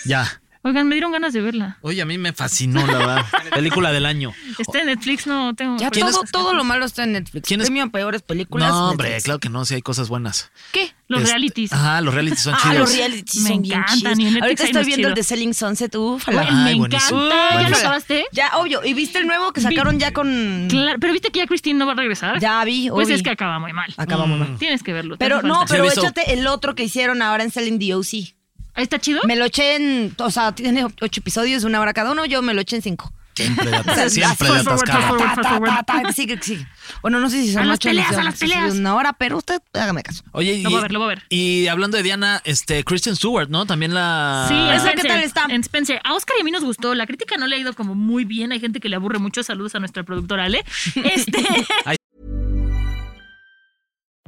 Ya.
Oigan, me dieron ganas de verla.
Oye, a mí me fascinó, la verdad. Película del año.
Este
Oh,
Está en Netflix, no tengo.
Ya
pero-
¿Quién es-
todo, todo lo malo está en Netflix.
¿Quién es-
Premio a peores películas.
No, hombre,
Netflix.
claro que no, sí hay cosas buenas.
¿Qué?
Los
Este,
realities.
Ajá, los realities son
Ah,
chidos.
los realities
Me
son bien
encantan,
chidos.
y en Netflix
Ahorita
hay
estoy
unos
viendo el de
chidos.
Selling Sunset. Uf,
Güey,
Ay,
me
buenísimo.
encanta. ¿Ya lo
Buenísimo.
acabaste?
Ya, obvio. ¿Y viste el nuevo que sacaron ya con...?
Claro, pero viste que ya Christine no va a regresar.
Ya vi,
Pues
obvio.
es que acaba muy mal.
Acaba
Mm.
muy mal.
Tienes que verlo. te
Pero
hace
no,
falta.
pero
Sí, he visto.
échate el otro que hicieron ahora en Selling the OC.
¿Ah, ¿Está chido?
Me lo eché en... O sea, tiene ocho episodios, una hora cada uno. Yo me lo eché en cinco.
Siempre de,
O sea,
atas- siempre de
fast forward, fast
atascada.
forward.
Ta, ta, ta, ta, Sigue, sigue. Bueno, no sé si
A
son
las
ocho
peleas, a
episodios,
las
no sé si
peleas.
es una hora, pero usted hágame caso.
Oye, y,
Lo voy a ver, lo voy a ver.
y hablando de Diana, este, Kristen Stewart, ¿no? También la.
Sí, en
¿Esa
Spencer,
qué tal está?
En Spencer. A Oscar y a mí nos gustó. La crítica no le ha ido como muy bien. Hay gente que le aburre mucho. Saludos a nuestra productora Ale. Este.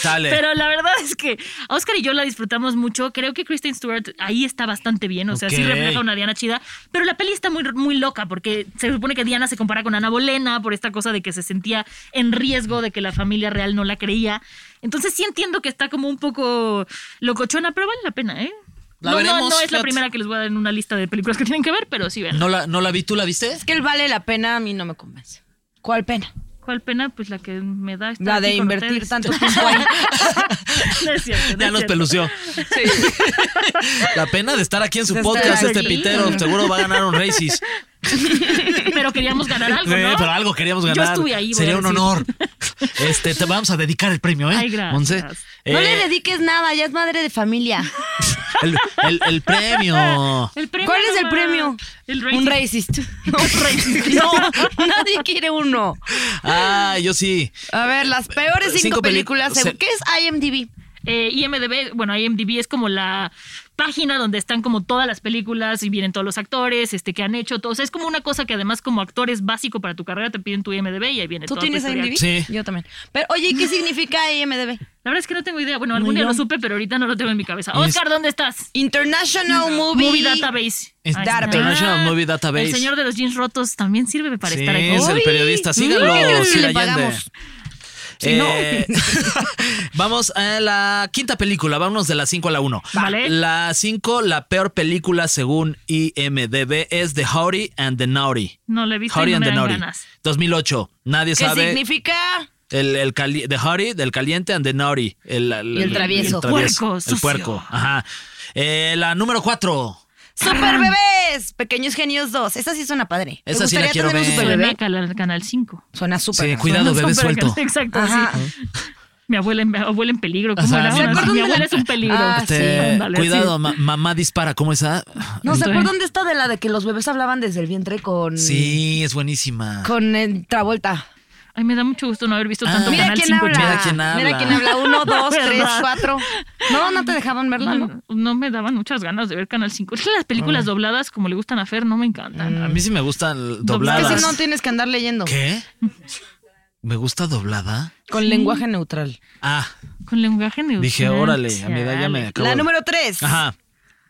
Sale.
Pero la verdad es que a Oscar y yo la disfrutamos mucho. Creo que Kristen Stewart ahí está bastante bien. O sea, sí
Ok.
refleja una Diana chida. Pero la peli está muy, muy loca porque se supone que Diana se compara con Ana Bolena por esta cosa de que se sentía en riesgo de que la familia real no la creía. Entonces sí entiendo que está como un poco locochona, pero vale la pena, ¿eh?
La
no, no-
veremos,
no es la
fíjate.
primera que les voy a dar en una lista de películas que tienen que ver, pero sí ven.
¿No, la, ¿No la vi? ¿Tú la viste?
Es que el vale la pena a mí no me convence. ¿Cuál pena?
¿Cuál pena? Pues la que me da estar
La de
aquí con
invertir
ustedes.
tanto tiempo ahí.
No es cierto, no
Ya
es
nos
cierto.
pelució. La pena de estar aquí en su
De estar
podcast, este
aquí.
pitero. Seguro va a ganar un Races.
Pero queríamos ganar algo,
Eh,
¿no?
Pero algo queríamos
Yo
ganar.
estuve ahí, voy
Sería
a
un
decir.
honor. Este, te vamos a dedicar el premio, ¿eh?
Ay, gracias.
Monse?
No le
Eh,
dediques nada, ya es madre de familia.
el, el- el premio.
El premio
¿Cuál es el
nomás.
premio?
El
Un
racist.
racist. Un racist. No, nadie quiere uno.
Ah, yo sí.
A ver, las peores cinco,
Cinco peli-
películas. según-
se-
¿Qué es IMDb?
Eh, IMDB, bueno, IMDB es como la página donde están como todas las películas y vienen todos los actores, este, que han hecho, todo. O sea, es como una cosa que además como actor es básico para tu carrera, te piden tu IMDB y ahí viene
¿Tú
toda tu
tienes
historia.
IMDb?
Sí.
Yo también. Pero, oye, ¿qué significa IMDb?
La verdad es que no tengo idea. Bueno, algún
Muy
día lo
long.
supe, pero ahorita no lo tengo en mi cabeza. Oscar, ¿dónde estás?
International Movie.
Movie Database.
Es-
Ahí está.
International Movie Database.
El señor de los jeans rotos también sirve para
Sí,
estar aquí.
es el
Uy.
periodista. Síganlo,
Uy, creo que
Sir
le
Allende.
pagamos.
Eh, vamos a la quinta película. Vámonos de la 5 a la 1.
Vale.
La 5, la peor película según IMDb es The Howdy and the Naughty.
No le he visto
Howdy
y no
and
me
the
dan
Naughty.
ganas.
2008. Nadie
¿Qué
sabe.
significa?
El, el cali- the hottie, del caliente and the naughty. El, el-
Y el travieso.
Puerco,
el
sucio.
puerco. Ajá. Eh, la número cuatro.
Super Bebés. Pequeños Genios 2. Esa sí suena padre. ¿Te
Esa sí la
gustaría
quiero
tener un
ver.
Super
Suena
Bebé?
a canal, canal 5.
Suena súper.
Sí, cuidado, bebé
Súper
suelto.
canal- Exacto,
Ajá.
sí. Mi abuela, en- mi abuela en peligro. ¿Cómo
Ajá,
era?
sí.
Una-
¿Se acuerdan
Mi
de la-
abuela es un peligro.
Ah,
Este,
Ándale,
cuidado,
así.
ma- mamá dispara. ¿Cómo Ah, esa?
No, ¿se
Sí.
acuerdan de esta de la de que los bebés hablaban desde el vientre
Mm.
con...
Sí, es buenísima.
Con eh, Travolta.
Ay, me da mucho gusto no haber visto
Ah.
tanto
Mira
canal
quién
5.
habla.
Mira quién habla.
Mira quién habla. Uno, dos, tres,
¿Verdad?
cuatro. No, no te dejaban verla, ¿no?
No, no me daban muchas ganas de ver Canal 5. Es que las películas dobladas, como le gustan a Fer, no me encantan.
A mí sí me gustan
Es
Dobladas.
dobladas.
que si no tienes que andar leyendo.
¿Qué? ¿Me gusta doblada?
Con lenguaje neutral.
Ah,
Mm.
Con lenguaje neutral.
dije, órale, a mi edad ya me acabo.
La
de-
número tres.
Ajá.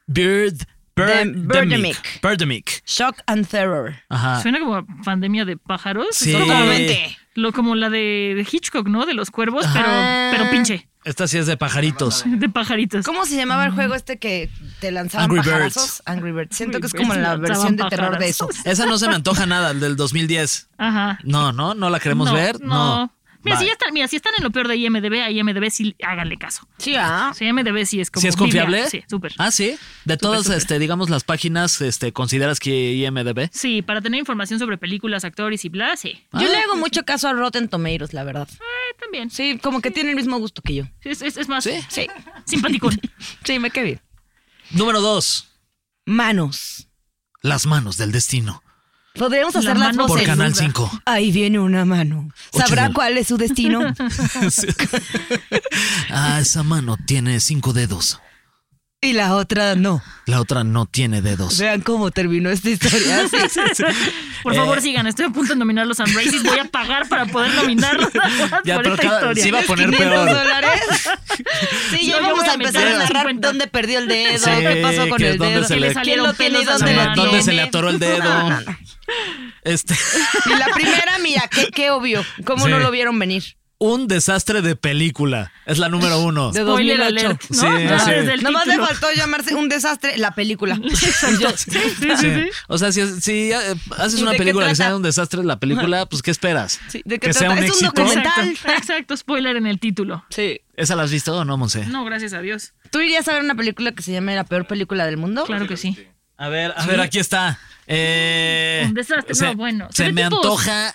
Bird.
Dem-
Birdemic. Birdemic.
Shock and Terror.
Ajá.
Suena como a pandemia de pájaros.
Sí.
Totalmente.
Lo como la de, de Hitchcock, ¿no? De los cuervos, pero,
Ajá.
pero pinche.
Esta sí es de pajaritos.
De pajaritos.
Ah. ¿Cómo se llamaba el juego este que te lanzaban
Angry
pajarazos?
Birds.
Angry Birds. Siento
Angry
que es como
Birds
la
lanzaban
versión de terror de eso.
pajarazos.
Esa no se me antoja nada, el del 2010.
Ajá.
No, no, no la queremos
No,
ver. No.
Mira, si,
Bye.
ya están, mira, si están en lo peor de IMDB, a IMDB sí háganle caso.
Sí, ah.
O sea, IMDB sí es como.
¿Sí es confiable?
Biblia. Sí, súper.
Ah, sí. De todas,
súper.
este, digamos, las páginas, este, consideras que IMDB.
Sí, para tener información sobre películas, actores y bla, sí.
Ah,
Yo le hago mucho caso a Rotten Tomatoes, la verdad.
Eh, también. Sí,
Sí, como que tiene el mismo gusto que yo.
Es, es- es más.
Sí.
Sí.
Simpaticón.
Sí, me quedé bien.
Número dos,
Manos.
las manos del destino.
Podríamos
La
hacer las
mano
voces.
Por Canal
duda.
5.
Ahí viene una mano.
Ocho,
¿Sabrá
nueve.
cuál es su destino?
Ah, esa mano tiene cinco dedos.
Y la otra no.
La otra no tiene dedos.
Vean cómo terminó esta historia. Sí.
Por
Eh.
favor, sigan. Estoy a punto de nominar los Unraces. Voy a pagar para poder nominarlos
Ya,
por
pero
esta
cada-
historia.
sí va a poner
500
peor.
dólares. Sí, ya
No, yo
vamos
voy
a
a
empezar
meter
a narrar
50.
dónde perdió el dedo,
Sí,
qué pasó con
que
el
dónde
dedo,
se le-
quién lo
salieron
tiene y
pelos a
dónde
la
lo
mano.
¿Dónde se le
tiene.
atoró el dedo?
No, no, no.
Este,
Y la primera, mira, qué, qué obvio. ¿Cómo
Sí.
no lo vieron venir?
un desastre de película. Es la número uno.
De
Spoiler
2008.
alert. ¿no?
Sí,
Ya
Ah, sí.
desde el
Nomás le
título.
faltó llamarse un desastre la película.
Sí, sí, sí,
Sí.
sí.
O sea, si, si, eh, haces
¿Y
una
de qué
película que sea
trata?
un desastre la película, pues ¿qué esperas?
Sí, ¿de qué
que sea
trata?
un
Es un
éxito.
documental.
Exacto, exacto, spoiler en el título.
Sí.
¿Esa la has visto o no, Monse?
No, gracias a Dios.
¿Tú irías a ver una película que se llame La peor película del mundo?
Claro que sí.
A ver, a ver, aquí está. Eh,
Un desastre, no, bueno.
Se,
Se ve
me
tipo-
antoja,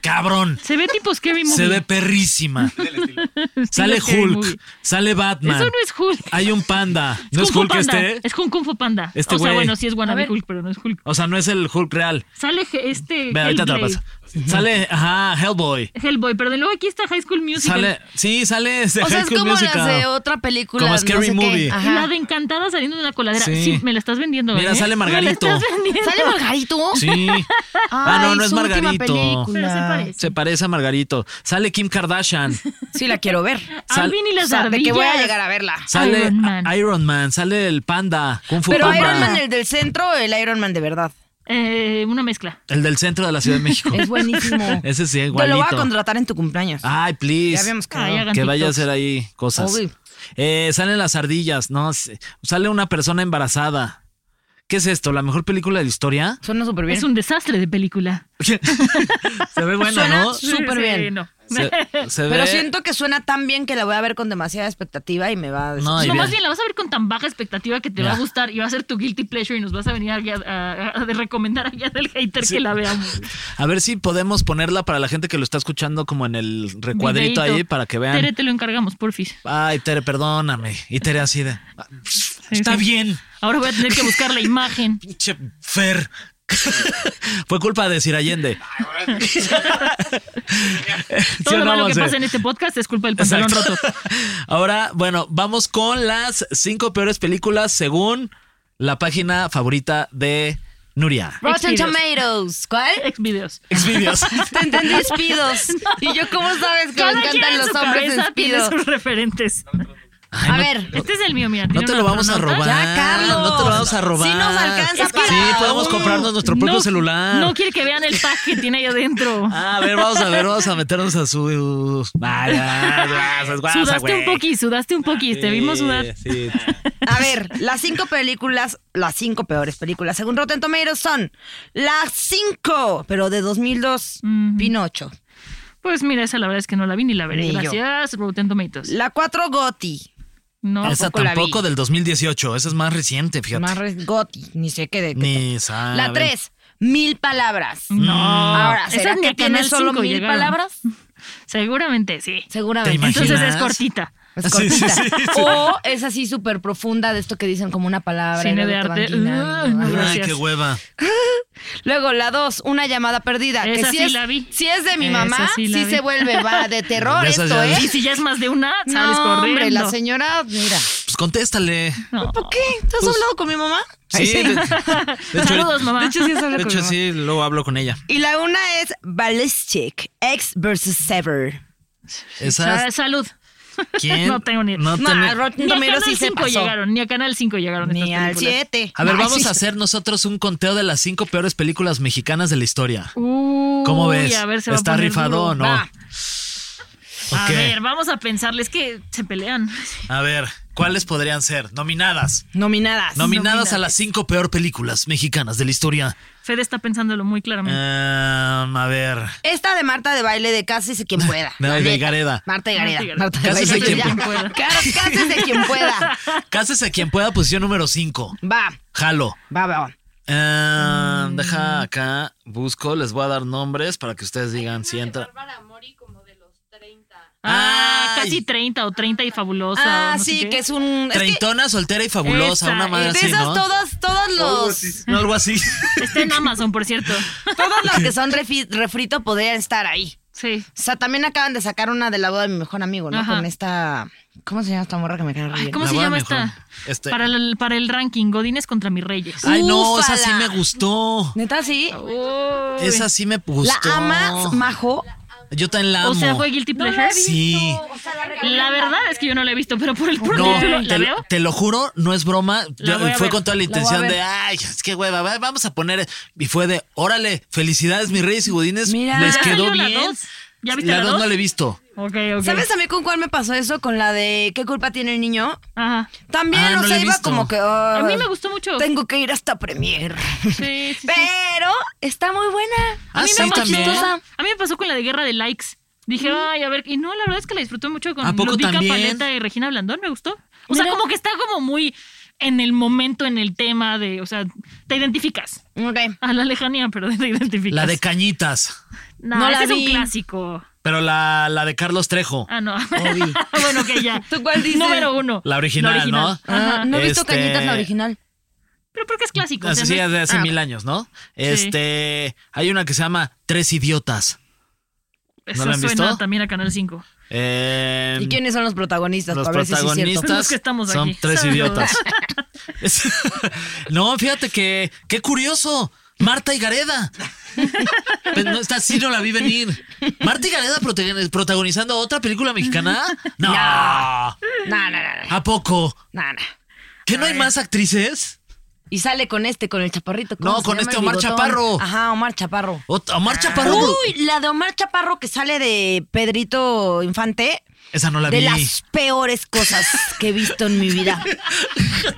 cabrón.
Se ve tipo Scary Movie.
Se ve perrísima. sale
Scary
Hulk,
Movie.
sale Batman.
Eso no es Hulk.
Hay un panda. ¿No
Kung
es
Fu
Hulk
Panda.
este?
Es Kung, Kung Fu Panda.
Este
o sea,
güey.
bueno, sí es Wannabe
ver.
Hulk, pero no es Hulk.
O sea, no es el Hulk real.
Sale je- este
Ve, ahorita te la
Hellblade.
paso. Sale, ajá, Hellboy.
Hellboy, pero de luego aquí está High School Musical.
Sale, sí, sale ese
O sea,
High
es
School
como
Musical.
las de otra película.
Como
no
Scary
sé qué.
Movie.
Y
Ajá.
La de encantada saliendo de una coladera.
Sí.
Sí, me la estás vendiendo.
Mira,
¿eh?
sale Margarito.
Me la estás vendiendo.
¿Sale Margarito?
Sí. ah, no,
Ay,
no es
su última
Margarito.
película.
Pero se parece.
Se parece a Margarito. Sale Kim Kardashian.
Sí, la quiero ver.
sal-
Alvin y
O
las
sea, de
ardillas.
que voy a llegar a verla.
Sale
Iron Man.
a- Iron Man, sale el panda, Kung Fu
Pero
Panda.
Iron Man, el del centro, o el Iron Man de verdad.
Eh, una mezcla.
El del centro de la Ciudad de México.
Es buenísimo.
Ese sí,
Te lo
igualito.
voy a contratar en tu cumpleaños.
Ay, please.
ya habíamos
Ay,
quedado.
hagan
que vaya a
TikToks.
hacer ahí cosas.
Obvio.
Eh, salen las ardillas, no. sé. Sale una persona embarazada. ¿Qué es esto? ¿La mejor película de la historia?
Suena súper bien.
Es un desastre de película.
Se ve buena,
Suena
¿no?
súper
Sí,
bien.
No.
Se, se ve.
Pero siento que suena tan bien que la voy a ver con demasiada expectativa y me va a...
No, y
No,
bien.
más bien la vas a ver con tan baja expectativa que te
Ya.
va a gustar y va a ser tu guilty pleasure y nos vas a venir aquí a, a- a- de recomendar allá del hater que la veamos.
A ver si podemos ponerla para la gente que lo está escuchando como en el recuadrito
Videíto.
ahí para que vean.
Tere, te lo encargamos, porfis.
Ay, Tere, perdóname. Y Tere así de. "Ah,
Sí,
Está
sí.
bien.
Ahora voy a tener que buscar la imagen.
Che, Fer, Fue culpa de Sir Allende. ¿Sí
Todo
o
lo
no,
malo que
Monse?
pasa en este podcast es culpa del pantalón
Exacto.
roto.
Ahora, bueno, vamos con las cinco peores películas según la página favorita de Nuria.
Rotten
Expidos.
Tomatoes. ¿Cuál?
Ex videos.
Xvideos.
Te entendí espidos. Y yo, ¿cómo sabes que me
Cada quien
encantan
en
los
su
hombres
cabeza tiene
espidos?
sus referentes.
Ay,
A
no-
ver.
Este es el mío, mira.
No
tiene
te
una
lo vamos a
patronota.
robar.
Ya, Carlos.
No te lo vamos a robar.
Sí nos alcanza para
Sí, podemos
un-
comprarnos nuestro propio
No-
celular.
No quiere que vean el pack que tiene ahí adentro.
Ah, a ver, vamos a ver, vamos a meternos a su. Vaya, gracias, pues guasa,
sudaste
güey.
un poquis, sudaste un poquis. Te vimos sudar.
Sí, sí.
A ver, las cinco películas, las cinco peores películas, según Rotten Tomatoes, son las cinco, pero de 2002, Pinocho.
Pues mira, esa la verdad es que no la vi ni la veré.
Ni yo.
Gracias, Rotten Tomatoes.
La cuatro, Gotti.
No,
Esa
tampoco la vi.
tampoco del 2018, esa es más reciente, fíjate.
Más res- Gotti, ni sé qué de qué
Ni
tal.
sabe.
La tres, Mil Palabras. No. Ahora,
Esa
¿será
ni
que
a Canal
tiene solo
cinco
mil
llegaron.
palabras?
seguramente sí.
Seguramente.
Te
Entonces es
imaginas?
cortita.
Es
Sí,
cortita.
sí, sí, sí.
O es así súper profunda de esto que dicen como una palabra. y
Cine
luego
de
te van
arte.
guiñando.
Ay, no,
Ajá.
Ay,
Gracias.
qué hueva.
Luego la dos, una llamada perdida.
Esa
que si
sí
es,
la vi.
Si es de mi
Esa
mamá,
sí
sí,
la vi.
se vuelve va, de terror
De esas
esto,
ya-
Y
¿eh?
si ya es más de una, sabes
no,
corriendo.
hombre, la señora, mira.
Pues contéstale.
No.
¿Por qué? ¿Tú has hablado con mi mamá? Ay,
Pues, Sí, de, de hecho,
Saludos, mamá.
De hecho, sí has hablado
de
con
hecho,
mi mamá.
sí, luego hablo con ella.
Y la una es Ballistic, Ex versus Sever.
Sa-
Esa
salud.
¿Quién?
No tengo ni idea.
No
No,
tengo-
a Rotten
Ni a Canal
Tomatoes sí se
5
pasó.
llegaron, ni a Canal 5 llegaron.
Ni
estas
al
películas.
7.
A ver,
Ay,
vamos
sí.
a hacer nosotros un conteo de las cinco peores películas mexicanas de la historia.
Uy,
¿Cómo ves?
a ver, se va a
¿Está
poner
rifado
duro.
o no?
Va. A
Ok.
ver, vamos a pensarles que se pelean.
A ver, ¿cuáles podrían ser? Nominadas.
Nominadas.
Nominadas a las cinco peor películas mexicanas de la historia.
Fede está pensándolo muy claramente.
Em, a ver.
Esta de Marta de baile de Cásese quien pueda.
No,
la
de
neta.
Gareda.
Marta de Gareda.
de
Marta
Marta
de
Gareda. Cásese
Baile.
quien
ya.
pueda.
Cá- Cásese quien pueda.
Cásese a quien pueda, posición número cinco.
Va,
Jalo.
va, va. va.
Em,
Mm.
Deja acá, busco, les voy a dar nombres para que ustedes digan si entra.
Ah,
Ay.
casi 30 o 30 y fabulosa.
Ah,
o no sé
sí,
qué.
que es un. Es que
Treintona, soltera y fabulosa,
Esa,
una madre
eh,
de
así,
esas
¿no?
todas, todos
Oh,
los.
No, algo así.
Está en Amazon, por cierto.
Todos los que son refi- refrito podrían estar ahí.
Sí.
O sea, también acaban de sacar una de la boda de mi mejor amigo, ¿no?
Ajá.
Con esta. ¿Cómo se llama esta morra que me cae re
Ay,
bien?
¿Cómo
La
se
voy a
llama
mejor.
esta?
Este-
Para, el, para el ranking, Godines contra mis reyes.
Ay, no, esa sí me
Úfala.
gustó.
Neta, sí.
Uy.
Esa sí me
¿La
gustó.
amas, Majo?
Yo también la amo.
o sea, fue Guilty Pleasure.
Sí.
la verdad es que yo no la he visto, pero por el puro
No,
título, ¿la
te,
veo?
te lo juro, no es broma.
La
Yo-
voy a
fue
ver.
con toda la
La
intención
voy a
de, ay, es que hueva, va- vamos a poner. Y fue de, órale, felicidades, mis reyes y budines.
Mira.
les
¿Ya
quedó
salió la
bien.
dos? ¿Ya viste la
dos
dos?
no la he visto.
Ok, ok.
¿Sabes a mí con cuál me pasó eso? Con la de ¿Qué culpa tiene el niño?
Ajá.
También,
Ah,
o
no la
sea,
he
iba
visto.
como que.
A
ah,
mí me gustó mucho.
Tengo que ir hasta Premier.
Sí, sí, sí.
Pero está muy buena.
Ah,
a mí
sí,
me
también.
chistosa.
A mí me pasó con la de Guerra de Likes. Dije, ay, a ver, y no, la verdad es que la disfruté mucho con
¿A poco
Ludica
también?
Paleta y Regina Blandón, me gustó. O sea, como que está como muy en el momento, en el tema de, o sea, te identificas.
Ok.
A la lejanía, pero te identificas.
La de Cañitas.
No,
No
ese
la
es un
vi.
clásico.
Pero la, la de Carlos Trejo.
Ah, no. bueno, que ya.
¿Tú cuál dices?
Número uno.
Oh, La original, ¿no?
Ajá.
Ah, no he visto
Este-
Cañitas la original.
Pero porque es clásico. o sea,
Así
no
sí,
es-
de hace
Ah,
mil años, ¿no? Este. Hay una que se llama Tres Idiotas.
Eso
la han
suena
visto?
también a Canal 5.
Eh,
¿Y quiénes son los protagonistas?
Los
Para ver si sí es cierto.
protagonistas
Los que estamos
son
aquí.
tres
Saludos.
idiotas. Es- no, fíjate que qué curioso. Marta y Gareda. Pues no, esta sí no la vi venir. Marta y Gareda prote- protagonizando otra película mexicana. No. ¿A
No, no, no, no,
poco?
no, no.
¿Que no hay más actrices?
Y sale con este, con el chaparrito. ¿cómo
No,
se
con
llama
este
el
Omar
bigotón?
Chaparro.
Ajá, Omar Chaparro.
Ot- Omar Chaparro.
Uy, la de Omar Chaparro que sale de Pedrito Infante.
Esa no la
de
vi.
las peores cosas que he visto en mi vida.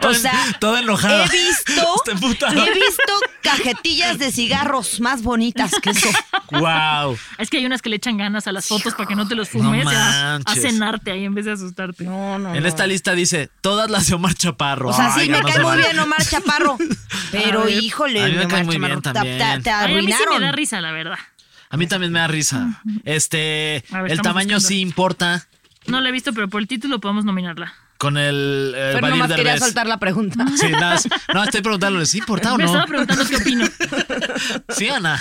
Toda-
O sea,
toda enojada. Este
He visto,
Está emputada.
he visto cajetillas de cigarros más bonitas que eso.
Wow.
Es que hay unas que le echan ganas a las fotos para que no te los fumes.
no
y a- a
manches.
cenarte ahí en vez de asustarte.
No, no.
En
no.
esta lista dice todas las de Omar Chaparro.
O sea, sí
Ay,
me
no
cae
se
muy
vale.
bien Omar Chaparro. Pero híjole,
a mí me
Omar
cae muy
Chaparro,
bien
te-
también.
Te, te
Ay, a mí sí me
arruinaron.
da risa, la verdad.
A mí también me da risa. Este,
A
el
ver, estamos
tamaño
buscando.
sí importa.
No la he visto, pero por el título podemos nominarla.
con el eh,
Pero
Vadir
nomás quería
Derbez.
soltar la pregunta.
Sí, nada, más- no, estoy preguntándole, ¿sí importa o
Me
no?
estaba preguntando qué opino.
¿Sí o no?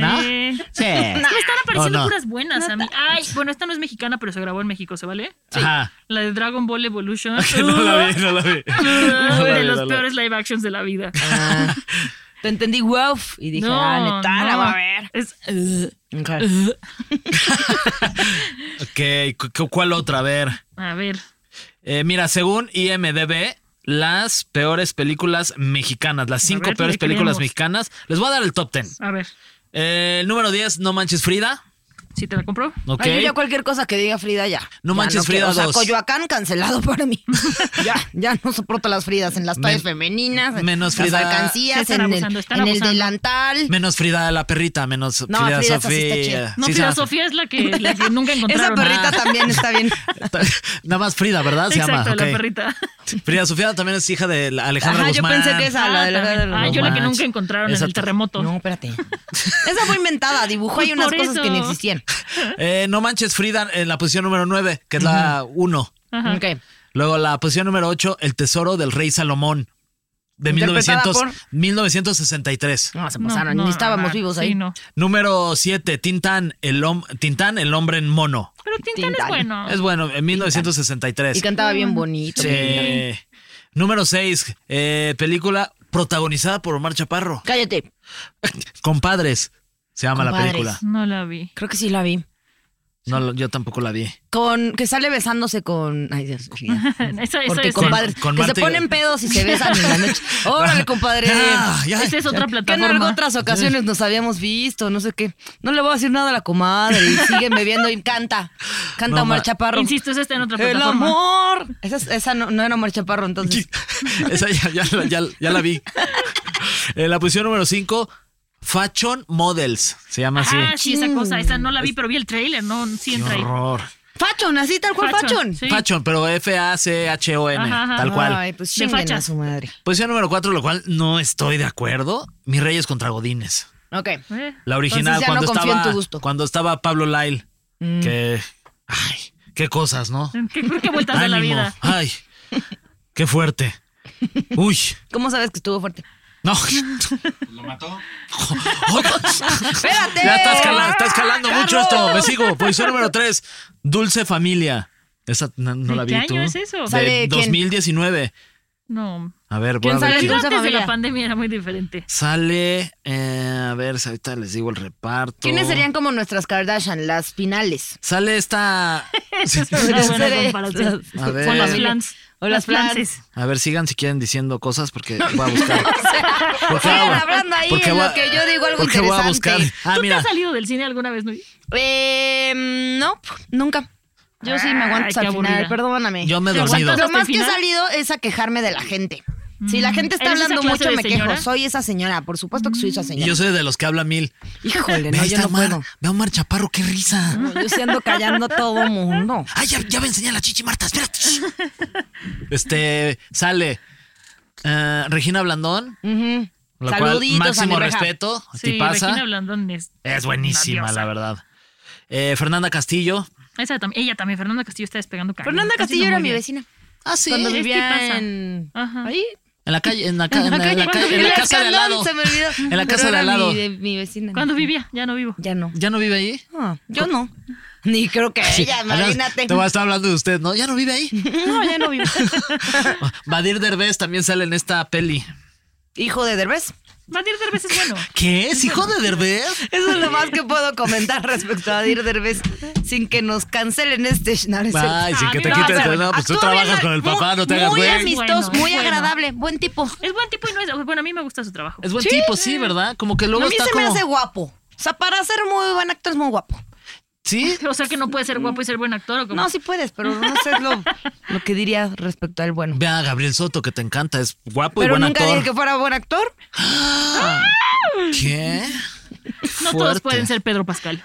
¿No?
Eh,
Sí.
Me están apareciendo
no.
puras buenas a mí. Ay, bueno, esta no es mexicana, pero se grabó en México, ¿se vale?
Ajá.
La de Dragon Ball Evolution.
Que no la vi, no la vi. No la
de
vi, Ah,
los
no la vi.
peores live actions de la vida.
Te entendí, wow. Y Ah, dije, ah, neta, la voy a ver.
Es-
Ok.
Ok, cu- cu- ¿cuál otra? A ver.
a ver.
Eh, mira, según IMDB, las peores películas mexicanas, las cinco
ver,
peores
le
películas
creemos.
mexicanas, les voy a dar el top ten.
A ver,
Eh, el número 10, No Manches Frida.
si te la compro.
Ok.
Ay, yo ya cualquier cosa que diga Frida ya.
No
Ya
manches,
quiero,
Frida
O sea,
dos.
Coyoacán cancelado para mí. ya, ya no soporto las Fridas en las tallas
Men-
femeninas, en
menos
las
Frida-
Sí,
alcancías,
están
en,
abusando,
el,
están
en el
abusando.
delantal.
menos Frida la perrita, menos
No,
Frida,
Frida esa sí está
Sofía.
chida.
No,
Sí,
Frida
se llama-
Sofía es la que, la que nunca
Esa
encontraron.
perrita
Ah,
también está bien.
Nada más Frida, ¿verdad? Ah, Se
Exacto,
llama.
la
ok.
perrita.
Frida Sofía también es hija de la Alejandra
Ajá, yo
Guzmán.
pensé que esa, la de la-
también.
la de la-
Ah, yo la que
manches.
nunca encontraron en
Esa
el
ta-
terremoto.
No, espérate. Esa fue inventada, dibujó
Pues
ahí unas
por
cosas que
eso.
ni existían.
Eh, no manches Frida en la posición número 9, que es la 1.
Ajá.
Ok.
Luego la posición número 8, El Tesoro del Rey Salomón, de
Interpretada
1900,
por-
1963.
No, se
No,
pasaron,
no,
ni estábamos
no,
vivos
sí,
ahí.
no.
Número 7, Tintán el, hom- Tintán, el hombre en mono.
Pero Tintán es
Ah. Tintán.
bueno.
Es bueno, en 1963.
Y cantaba bien bonito.
Sí. Número 6, película protagonizada por Omar Chaparro.
Cállate.
Compadres, se llama
Compadres.
la película.
No la vi.
Creo que sí la vi.
No, lo- yo tampoco la vi.
Con, que sale besándose con. Ay, Dios mío.
Esa, esa
Porque
es,
compadres
Con- con
que
Marta
se
y-
ponen pedos y se besan en la noche. Órale, compadre.
Ah, ya.
esa es otra
Que en algo
plataforma.
otras ocasiones nos habíamos visto, no sé qué. No le voy a decir nada a la comadre. Y siguen bebiendo y canta. Canta
No,
Omar
ma-
Chaparro.
Insisto, esa está en otra
El
plataforma.
amor. Esa, es- esa no, no era Omar Chaparro, entonces.
Esa ya, ya la- ya- ya la vi. En la posición número 5, Fashion Models. Se llama así.
Ah, sí,
mm.
esa cosa. Esa no la vi, pero vi el trailer. No, sí
Qué
entra ahí.
horror.
Fachon, así tal cual Fachon.
sí.
Fashion, pero F-A-C-H-O-N,
Ajá, ajá.
tal cual.
Ay, pues
De
chinguen a
fachas.
su madre.
Posición número 4, lo cual no estoy de acuerdo. Mis Reyes contra Godines.
Ok.
Eh,
La original,
Entonces ya
cuando,
no confío en
estaba,
tu gusto. Mm.
cuando estaba Pablo Lyle. Que. Ay, qué cosas, ¿no?
¿Qué, qué vueltas de la
Ánimo.
vida?
Ay, qué fuerte. Uy,
¿Cómo sabes que estuvo fuerte?
no.
Lo mató.
¡Espérate!
Ya estás escalando, está escalando mucho
Carlos.
esto. Me sigo. Posición número 3, Dulce Familia. Esa no, no
¿De
la vi
qué año
tú.
es eso?
De
¿Sale quién?
2019.
No.
A ver, voy
¿Quién
a ver
sale?
La
quién-
vida
Dulce
antes de
Familia.
la pandemia era muy diferente.
Sale, eh, a ver, ahorita les digo el reparto.
¿Quiénes serían como nuestras Kardashian? Las finales.
Sale esta.
Esa
Ah,
es una buena Ah, comparación.
A ver.
Con las flans.
eh, O las
flances.
A ver, sigan si quieren diciendo cosas porque voy a buscar. Porque
Sigan
voy a-
hablando ahí en
voy a-
lo que yo digo algo
porque voy a buscar.
interesante.
Ah,
¿Tú
mira.
te has salido del cine alguna vez, Nui?
Eh, no, nunca. Yo sí me aguanto
Ay,
hasta
qué
el final,
aburrida.
perdóname.
Yo me he
¿Te
dormido.
aguantas?
Lo más
¿Hasta el
que he
final? Mm.
salido es a quejarme de la gente. Si la gente está
¿Eres esa
hablando
clase
mucho,
de
me
señora? Mm.
quejo. Soy esa señora, por supuesto que soy esa
Y
señora.
yo soy de los que habla mil.
Híjole,
Ve,
Eh, no,
ahí
yo
está
no
Omar.
puedo.
Ve a Omar Chaparro, qué risa.
No, Yo sí ando callando a todo mundo.
Ay, ya, ya me enseñé la chichi Marta, espérate. Este, sale eh, Regina Blandón,
Ujú.
la cual
Saluditos
máximo
a mi reja.
respeto, a ti
Sí,
pasa.
Regina Blandón es.
Es buenísima,
una diosa.
la verdad. Eh, Fernanda Castillo.
Esa tam- ella también, Fernanda Castillo está despegando cañón.
Fernanda
Está
Castillo
haciendo
era
muy
mi
bien.
vecina.
Ah, sí.
Cuando
Es que
vivía
pasa.
en...
Ajá.
Ahí,
En la calle, en la, ca- en la- en la calle- en la
El
casa de al
escandón,
lado.
Se me olvidó.
En la casa
Pero
de al
era
lado.
Mi, de- mi vecina.
Cuando vivía, ya no vivo.
Ya no.
¿Ya no vive ahí?
Ah, yo no. Ni creo que
Sí.
ella,
Además,
imagínate.
Te voy a estar hablando de usted, ¿no? Ya no vive ahí.
No, ya no vivo.
Vadir Derbez también sale en esta peli.
Hijo de Derbez.
Batir Derbez es bueno.
¿Qué? ¿Es hijo de Derbez?
Eso es lo más que puedo comentar respecto a Dir Derbez sin que nos cancelen este no, no es cierto.
Ay, sin que te
No,
quites.
pero
No, pues tú
Actúa
trabajas
bien,
con el
muy-
papá, no te hagas
Muy
güey.
amistoso,
Es bueno,
muy
es bueno.
agradable, buen tipo.
Es buen tipo y no es. Bueno, a mí me gusta su trabajo.
Es buen tipo, sí, ¿verdad? Como que luego
a mí
está
se
como.
me hace guapo. O sea, para ser muy buen actor es muy guapo.
Sí,
O sea que no puede ser guapo y ser buen actor o como.
No, sí puedes, pero no sé lo, lo que diría respecto al bueno.
Ve a Gabriel Soto, que te encanta, es guapo y
Pero
buen
nunca
actor.
dije que fuera buen actor.
¿Qué?
No
Fuerte.
todos pueden ser Pedro Pascal.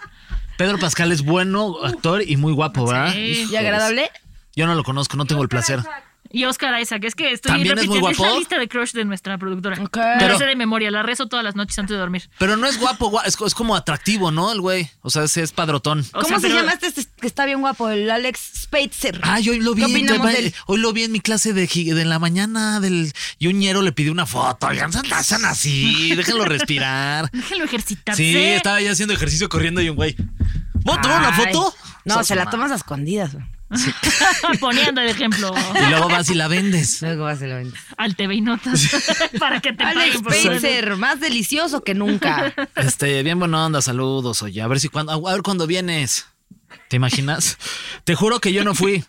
Pedro Pascal es bueno actor y muy guapo, ¿verdad?
Sí.
Y agradable.
Yo no lo conozco, no tengo el placer.
Y Oscar Isaac, es que estoy
¿También es muy
repitiendo esta
guapo?
lista de crush de nuestra productora.
Ok.
Me la
Pero-
sé de memoria, la rezo todas las noches antes de dormir.
Pero no es guapo, gua- es, es como atractivo, ¿no? El güey. O sea, ese es padrotón.
O
¿Cómo
sea,
se
pero-
llama este este que está bien guapo? El Alex Spitzer.
Ay, hoy lo vi.
¿Qué
en-
opinamos de
eh,
él?
Hoy lo vi en mi clase de, gi- de la mañana del. Y un ñero le pidió una foto. Oigan, no sean así. Déjenlo respirar.
Déjenlo ejercitarse.
Sí, estaba ya haciendo ejercicio corriendo y un güey. ¿Vamos a tomar una
Ay.
foto?
No,
Sos
se la
ma-
tomas a escondidas. güey.
Poniendo el ejemplo
Y luego vas y la vendes.
Luego vas y lo vendes.
al TV y Notas para que te
Alex
paguen por eso.
Spitzer, más delicioso que nunca.
Este, bien buena onda, saludos, oye. A ver si cuando, a ver cuándo vienes. ¿Te imaginas? Te juro que yo no fui.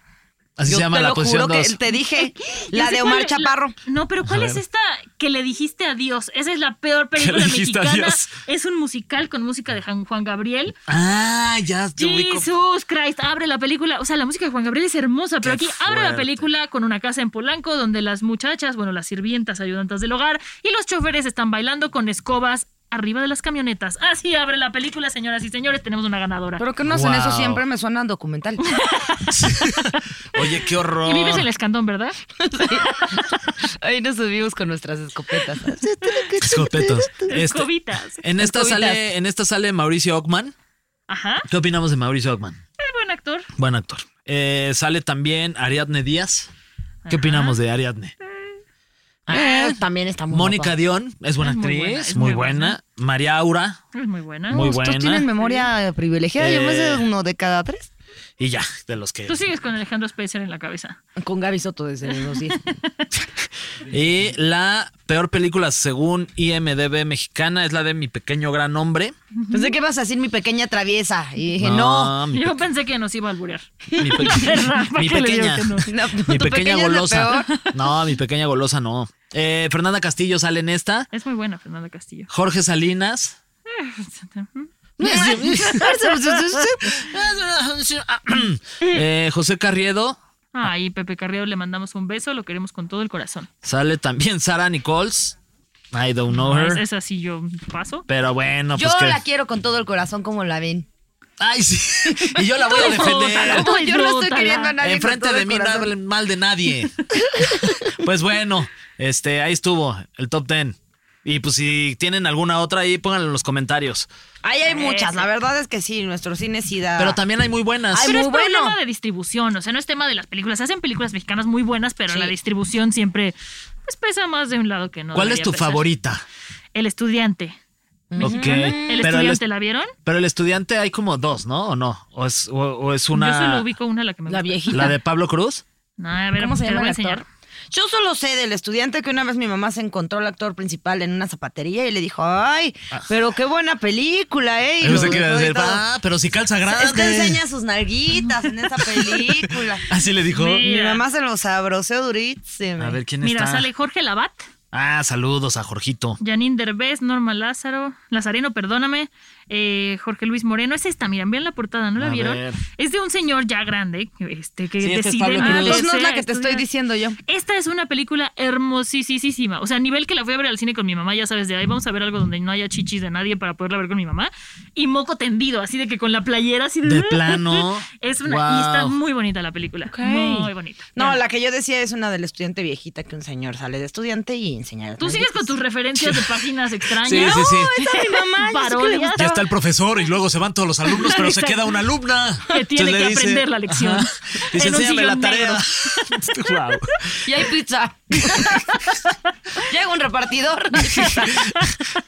Así
Yo
se llama
te
la
lo
posición
juro que
2.
te dije,
Ya
la
sé
de Omar
cuál-
Chaparro.
la- no, pero ¿cuál
A
es
ver.
esta que le dijiste adiós? Esa es la peor película
dijiste
mexicana.
adiós?
Es un musical con música de Jan- Juan Gabriel.
Ah, ya te ubico.
Jesus Christ, abre la película. O sea, la música de Juan Gabriel es hermosa, pero
Qué
aquí abre la
fuerte.
película con una casa en Polanco donde las muchachas, bueno, las sirvientas, ayudantas del hogar y los choferes están bailando con escobas arriba de las camionetas. Así abre la película, señoras y señores, tenemos una ganadora.
Pero que no hacen eso
Wow.
siempre, me suena documental.
Oye, qué horror.
Y vives en el escandón, ¿verdad?
Ahí nos subimos con nuestras escopetas.
Escopetos. Este,
Escobitas.
en esta
Escobitas.
sale, en esta sale Mauricio Ockman.
Ajá.
¿Qué opinamos de Mauricio Ockman?
Es buen actor.
Buen actor. Eh, sale también Ariadne Díaz. ¿Qué opinamos de Ariadne?
Ah, también está muy
Mónica
guapa.
Dion es buena
Es muy buena,
actriz,
es
muy
muy buena.
buena. María Aura
Es muy buena.
Muy
Ustedes
buena.
tienen memoria privilegiada, yo me sé
Eh.
uno de cada tres.
y ya, de los que.
Tú sigues con Alejandro Spencer en la cabeza.
Con Gaby Soto desde los 10.
Y la peor película según IMDB mexicana es la de Mi pequeño gran hombre.
Pensé que ibas a decir mi pequeña traviesa. Y dije, no.
mi,
Yo pensé que nos iba a alburear.
mi pe-
Rafa,
mi
que le
pequeña.
digo que no. pues,
No, tu
Mi
pequeña
pequeña
es la
golosa.
peor.
No, mi pequeña golosa no. Eh, Fernanda Castillo sale en esta.
Es muy buena Fernanda Castillo.
Jorge Salinas. Eh, José Carriedo.
Ay, Pepe Carrillo, le mandamos un beso, lo queremos con todo el corazón.
Sale también Sara Nichols. I don't know
Es,
her.
es así yo paso.
Pero bueno,
Yo
pues que.
la quiero con todo el corazón como la ven.
Ay, sí. Y yo la voy a defender.
Tú
yo no estoy
disfrútala.
queriendo a nadie. con
Enfrente
todo
de
el
mí no
corazón.
hablen mal de nadie. pues bueno, este, ahí estuvo el top 10. Y pues si tienen alguna otra ahí, pónganlo en los comentarios.
Ahí hay muchas, la verdad es que sí, nuestro cine sí da.
Pero también hay muy buenas.
Ah. Ay,
Pero es
Muy bueno.
problema de distribución, o sea, no es tema de las películas. Se hacen películas mexicanas muy buenas, pero la distribución siempre pues, pesa más de un lado que no.
¿Cuál es
debería
tu
pesar.
favorita?
El estudiante.
Ok.
¿El
Pero el,
estudiante
est-
la vieron?
pero el estudiante hay como dos, ¿no? ¿O no? ¿O es, o- o es una...
Yo solo ubico una la que me
La
gusta.
viejita.
¿La de Pablo Cruz?
No, a ver,
¿Cómo se
te la
llama el
voy a
actor?
enseñar.
Yo solo sé del estudiante que una vez mi mamá se encontró al actor principal en una zapatería y le dijo, ay, pero qué buena película, ¿eh? Y
Ah. Yo
lo
sé que iba a
besó y
decir,
todo.
ah, pero si calza grande.
Es que enseña sus nalguitas en esa película.
Así le dijo.
Mira.
Mi mamá se los abroceó durísimo.
A ver, ¿quién
Mira,
está?
sale Jorge Labat,
Ah, saludos a Jorgito.
Janine Derbez, Norma Lázaro, Lazareno, perdóname, eh, Jorge Luis Moreno. Es esta, miren, vean la portada, ¿no la
A
vieron?
ver.
Es de un señor ya grande este, que
Sí, este es
decide
Pablo
Ah,
Cruz.
entonces no es
meterse
la
a
que te estoy
estudiar.
diciendo yo.
Esta es una película hermosísima. O sea, a nivel que la fui a ver al cine con mi mamá, ya sabes, de ahí vamos a ver algo donde no haya chichis de nadie para poderla ver con mi mamá. Y moco tendido, así de que con la playera así de.
De plano.
Es una. Y está
Wow.
muy bonita la película. Muy bonita.
No,
Vean.
la que yo decía es una del estudiante viejita que un señor sale de estudiante y enseña. las
Tú sigues con
nalguitas.
tus referencias de páginas extrañas.
Sí, sí, sí.
No, esa es mi mamá, yo sé que le
Parodias.
gustaba.
Ya está el profesor y luego se van todos los alumnos, pero se queda una alumna.
Que
Entonces
tiene
le
que aprender la lección.
Ajá. Dice,
En un
enséñame la
sillón
tarea. Guau.
Y hay pizza. Llega un repartidor.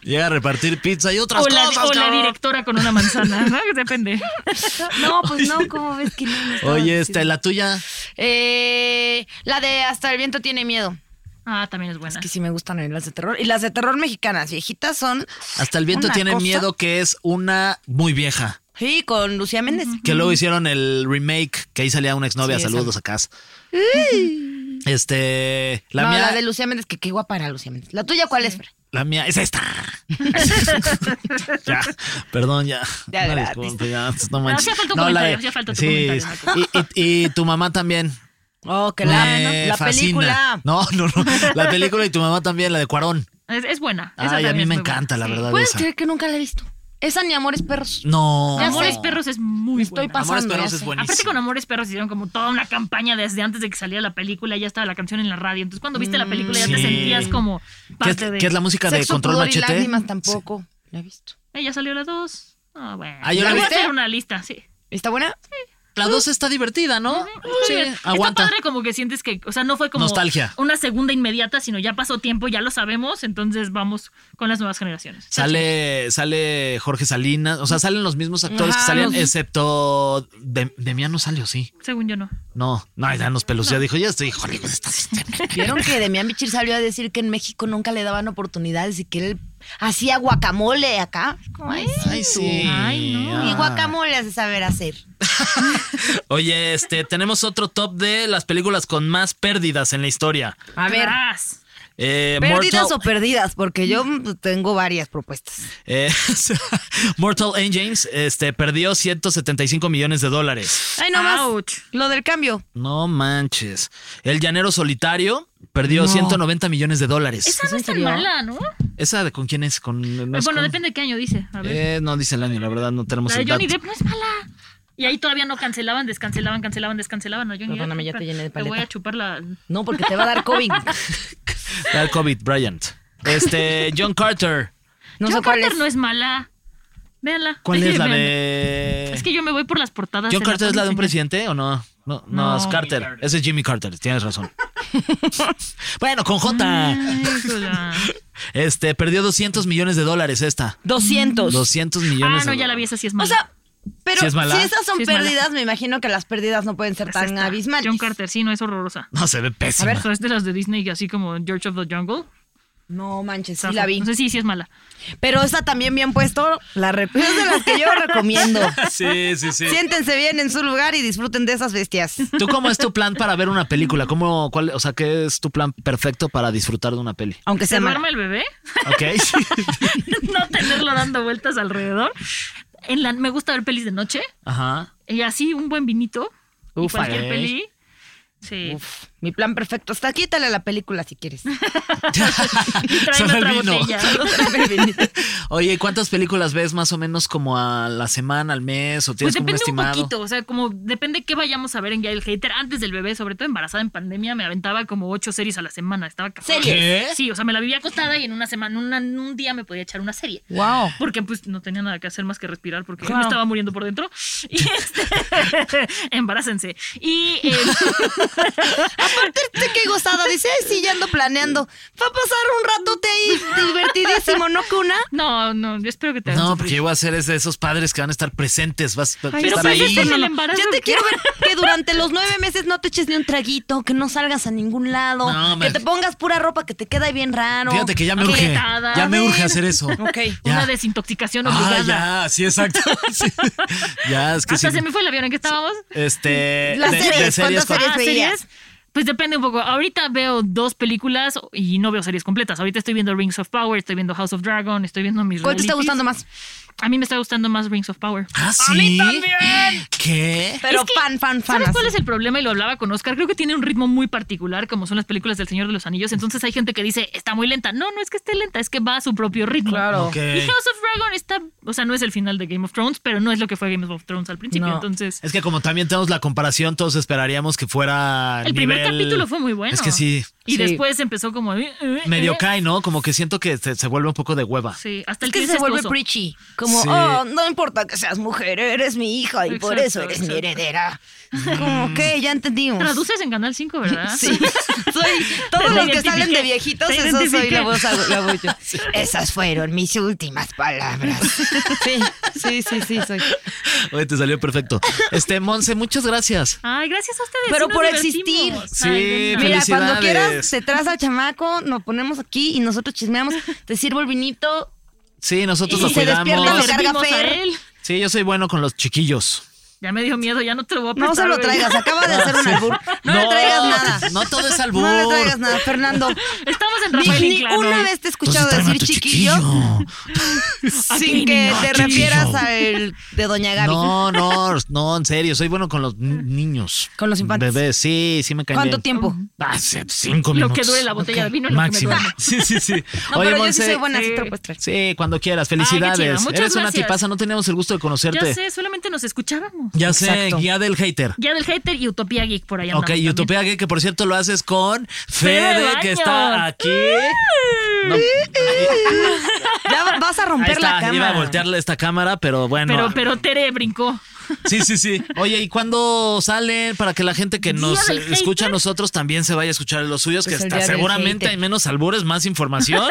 Llega a repartir pizza y otras
O la,
cosas,
o la
cabrón.
directora con una manzana, ¿no? Depende.
No, pues no, ¿cómo ves que no? no estaba
Oye,
diciendo?
esta, la tuya.
Eh, la de Hasta el viento tiene miedo.
Ah, también es buena.
Que sí me gustan a mí las de terror. Y las de terror mexicanas viejitas son.
Hasta el viento
una
tiene
cosa.
miedo, que es una muy vieja.
Sí, con Lucía Méndez.
Que luego hicieron el remake, que ahí salía una exnovia.
Sí, esa.
Saludos a Cas.
Mm.
Este. La
No,
mía.
la de Lucía Méndez, que qué guapa era Lucía Méndez. ¿La tuya cuál es? Fer?
La mía es esta. ya, perdón, ya.
Ya,
Una
gratis.
disculpa, ya, no manches.
hacía falta un
No, la
comentario,
de-
hacía falta tu
sí,
comentario,
Y, y- y tu mamá también.
Oh, que
Me
la, la
fascina.
película.
No, no, no. La película y tu mamá también, la de Cuarón.
Es, es buena. Esa
Ay, a
también
mí
es
me
muy buena,
encanta, la
sí.
verdad.
¿Puedes
esa.
creer que nunca la he visto? Esa ni amores perros.
No.
Amores Perros es muy
Estoy
buena.
Amores
pasando.
Perros
ya
es
sé.
buenísimo.
Aparte con Amores Perros hicieron como toda una campaña desde antes de que saliera la película, ya estaba la canción en la radio. Entonces cuando viste la película ya te
Mm, sí.
sentías como
¿Qué,
parte
es-
de...
qué es la música de
Sexo,
Control
pudor y
Machete?
lágrimas tampoco. La he visto.
Eh, ya salió la 2. Ah, bueno.
Ah, ¿ya la
Voy a
viste?
hacer una lista, sí.
¿Está buena?
La dos está divertida, ¿no? Sí,
Está
aguanta.
padre como que sientes que, o sea, no fue como
Nostalgia.
una segunda inmediata, sino ya pasó tiempo, ya lo sabemos, entonces vamos con las nuevas generaciones.
Sale, sale Jorge Salinas, o sea, salen los mismos actores que
Ajá,
salían,
los-
excepto de, Demian no salió, sí.
Según yo no.
No, no, ya nos pelos. Ya dijo, ya estoy, híjole, pues, esta-
Vieron que Demian Bichir salió a decir que en México nunca le daban oportunidades y que él hacía guacamole acá. ¿Cómo es?
Ay, sí.
Ay, no.
Y guacamole hace saber hacer.
Oye, este, tenemos otro top de las películas con más pérdidas en la historia.
A ver.
Verás.
Eh,
¿Perdidas
Mortal,
o perdidas? Porque yo mm, tengo varias propuestas.
eh, Mortal Engines este, perdió 175 millones de dólares.
Ay, no más.
Ouch.
Lo del cambio.
No manches. El Llanero Solitario perdió 190 millones de dólares.
Esa no es tan
serio?
mala, ¿no?
¿Esa de con quién es? Con, no es
bueno,
con-
depende de qué año dice. A ver.
Eh, no dice el año, la verdad, no tenemos
la de
el
Johnny
dato.
Depp no es mala. Y ahí todavía no cancelaban, descancelaban, cancelaban, descancelaban. No, Johnny Depp,
Perdóname, ya te llené de
Te voy
paleta.
a chupar la.
No, porque te va a dar COVID.
La de COVID, Bryant. Este, John Carter.
No sé
John
cuál
Carter
es.
no es mala. Véanla.
¿Cuál es la
Vean.
de...?
Es que yo me voy por las portadas.
John
se
Carter es la de un
ponen
presidente o no? No, no,
No.
es Carter. Ese es Jimmy Carter, tienes razón. bueno, con J.
señor. Ay, híjola.
Este, perdió 200 millones de dólares esta.
200.
200 millones
Ah, no,
de
ya la vi,
dólares.
esa sí es
O
mala.
sea, pero
¿Sí es mala?
si esas son
Sí es mala.
pérdidas, me imagino que las pérdidas no pueden ser
Es
tan
esta.
abismales.
John Carter, sí, no es horrorosa.
No, se ve
A
pésima.
ver, es de las de Disney, así como George of the Jungle.
No manches, sí
Zafa.
la vi.
No sé si sí es mala.
Pero esta también bien puesto, la rep- es de las que yo recomiendo.
Sí, sí, sí.
Siéntense bien en su lugar y disfruten de esas bestias.
¿Tú cómo es tu plan para ver una película? ¿Cómo, cuál, o sea, qué es tu plan perfecto para disfrutar de una peli?
Aunque
¿Se
sea mala.
duerme el bebé?
¿Ok?
no tenerlo dando vueltas alrededor. En la, me gusta ver pelis de noche.
Ajá.
Y así un buen vinito. y
Ufa,
cualquier
eh.
peli. Sí.
Uf, mi plan perfecto. Hasta quítale la película si quieres.
Y traen
Solo el
otra
vino.
botella.
Oye, ¿cuántas películas ves más o menos como a la semana, al mes? ¿O
Pues
tienes como un
depende un
estimado?
poquito, o sea, como depende qué vayamos a ver en Ya el Hater. Antes del bebé, sobre todo embarazada en pandemia, me aventaba como ocho series a la semana. Estaba cagada.
¿Qué?
¿Series?
Sí, o sea, me la vivía acostada y en una semana, una- en un día me podía echar una serie.
wow.
Porque pues no tenía nada que hacer más que respirar porque
Claro.
me estaba muriendo por dentro. Y este, embarácense. Y eh,
Aparte, este que gozada dice, ay, sí, ya ando planeando. Va a pasar un ratote ahí divertidísimo, ¿no, Cuna?
no, no, yo espero que te hagan
No,
sufrir.
porque yo voy a ser ese de esos padres que van a estar presentes, vas a
Pero
estar
pues
ahí.
este en el embarazo.
Yo te
¿qué?
quiero ver que durante los nueve meses no te eches ni un traguito, que no salgas a ningún lado,
No, me-
que te pongas pura ropa que te queda bien raro.
Fíjate que ya me urge.
Aquietada.
Ya me
A ver.
urge hacer eso.
Ok.
Ya.
Una desintoxicación
Ah,
obligada.
ya, sí, exacto. Sí. Ya, es que
Hasta
sí.
se me fue el avión en que estábamos.
Este.
Las series, ¿cuántas
con-
series?
Ah,
veías?
Pues depende un poco. Ahorita veo dos películas y no veo series completas. Ahorita estoy viendo Rings of Power, estoy viendo House of Dragon, estoy viendo mis
¿Cuál te está
realities.
gustando más?
A mí me está gustando más Rings of Power.
Ah, sí. ¿Qué?
Pero
Es que,
fan, fan, fan.
¿Sabes
así.
cuál es el problema? Y lo hablaba con Oscar. Creo que tiene un ritmo muy particular, como son las películas del Señor de los Anillos. Entonces hay gente que dice, está muy lenta. No, no es que esté lenta, es que va a su propio ritmo.
Claro.
Ok.
Y House of Dragon está, o sea, no es el final de Game of Thrones, pero no es lo que fue Game of Thrones al principio.
No.
Entonces,
Es que como también tenemos la comparación, todos esperaríamos que fuera.
el primer
nivel-
capítulo fue muy bueno.
Es que sí.
Y
Sí.
después empezó como. eh, eh,
Medio
eh.
cae, ¿no? Como que siento que se, se vuelve un poco de hueva.
Sí, hasta
Es
el
que
es
se vuelve
esposo.
preachy. Como,
Sí.
oh, no importa que seas mujer, eres mi hija y por
Exacto,
eso eres mi
exacto.
heredera. Como que ya entendimos.
Traduces en Canal 5, ¿verdad?
Sí, soy, todos los
Te
que
identifiqué,
salen de viejitos,
te
eso soy la
identifiqué.
voz, la voz yo. Esas fueron mis últimas palabras. Sí, sí, sí, sí, soy.
Oye, te salió perfecto. Este, Monse, muchas gracias.
Ay, gracias a ustedes.
Pero
sí nos
por
divertimos.
existir.
Sí,
Ay, de nada.
Mira, cuando
Felicidades.
quieras, te traes al chamaco, nos ponemos aquí y nosotros chismeamos, te sirvo el vinito.
Sí, nosotros
Y
lo
se despierta
cuidamos.
la-
Servimos
Carga
a
Fer.
él.
Sí, yo soy bueno con los chiquillos.
Ya me dio miedo, ya no te lo voy a prestar.
No se lo
güey.
traigas, acaba de hacer un albur. No, le traigas nada.
No todo es albur.
No le traigas nada, Fernando.
Estamos en
Ni,
Rafael
ni
Inclán
una
hoy.
vez te he escuchado decir chiquillo, sin
Aquí,
que
niño,
te
chiquillo.
refieras al de Doña Gaby.
Ah, No, no, no, en serio, soy bueno con los ni- niños.
Con los infantes.
Bebés, sí, sí me caen
¿Cuánto
bien.
tiempo?
Ah, sí, cinco
Lo
minutos.
que duele la botella de vino es lo que me
Máximo.
duele.
Sí, sí, sí.
No, pero yo sí
Monse,
soy buena, sí te lo
eh,
puedes traer.
Sí, cuando quieras.
qué chido,
Felicidades. Eres
muchas
una
gracias.
tipaza, no teníamos el gusto de conocerte.
Ya sé, solamente nos escuchábamos.
Ya sé,
Exacto.
guía del hater.
Ya del hater y Utopía Geek por allá.
Ok, y Utopía Gay, que por cierto lo haces con Fede, que
Fede Baños. Mm.
está aquí. No,
Ya va- vas a
ahí
romper la
está, iba a
cámara.
voltearle esta cámara, pero bueno.
Pero, pero Tere brincó.
Sí, sí, sí. Oye, ¿y cuándo salen para que la gente que
Día
nos
del
eh, escucha a
hater.
nosotros también se vaya a escuchar los suyos?
Pues
que
el
está,
día del
seguramente
hater.
hay menos albures, más información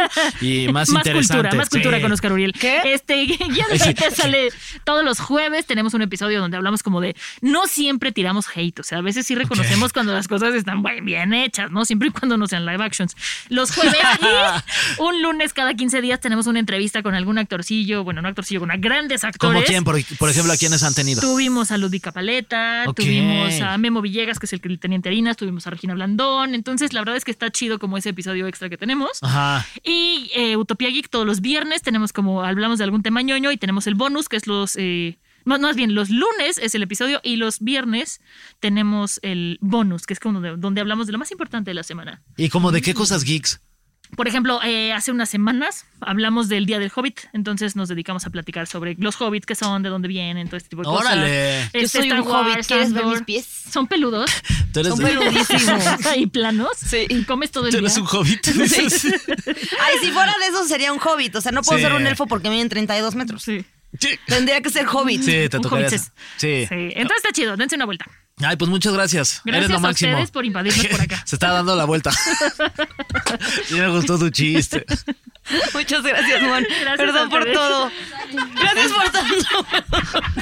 y más, interesante.
cultura, más cultura
Sí.
con Oscar Uriel.
¿Qué?
Este, ya de repente sale todos los jueves. Tenemos un episodio donde hablamos como de no siempre tiramos hate. O sea, a veces sí reconocemos cuando las cosas están buen- bien hechas, ¿no? Siempre y cuando no sean live actions. Los jueves y un lunes cada 15 días tenemos una entrevista con algún actorcillo, bueno, no actorcillo, con grandes actores.
¿Como quién? Por, por ejemplo, ¿a quiénes han tenido?
Tuvimos a Ludica Paleta,
Ok.
tuvimos a Memo Villegas, que es el que teniente Harinas, tuvimos a Regina Blandón. Entonces, la verdad es que está chido como ese episodio extra que tenemos.
Ajá.
Y eh, Utopía Geek todos los viernes tenemos como hablamos de algún tema ñoño y tenemos el bonus que es los... eh, más, más bien, los lunes es el episodio y los viernes tenemos el bonus, que es como donde, donde hablamos de lo más importante de la semana.
¿Y como de qué
Mm.
cosas geeks?
Por ejemplo, eh, hace unas semanas hablamos del Día del Hobbit, entonces nos dedicamos a platicar sobre los hobbits, qué son, de dónde vienen, todo este tipo de cosas.
Órale.
Este,
Yo soy
Star
un hobbit,
Wars,
¿quieres ver
Andor.
mis pies?
Son peludos.
Tú eres,
Son peludísimos.
y planos. Y comes todo el
tú
día.
eres un hobbit.
Sí. Ay, si fuera de eso sería un hobbit. O sea, no puedo
Sí.
ser un elfo porque miden 32 metros.
Sí.
Sí.
Tendría que ser hobbit.
Sí, te
Un
tocaría.
hobbitses.
Sí.
Sí. Entonces está chido, dense una vuelta.
Ay, pues muchas gracias.
Gracias
Eres lo
a
máximo.
ustedes por invadirnos por acá.
Se está dando la vuelta. sí, me gustó tu chiste.
Muchas gracias, Mon.
Gracias
Perdón
a
por
ustedes.
todo. Gracias por todo.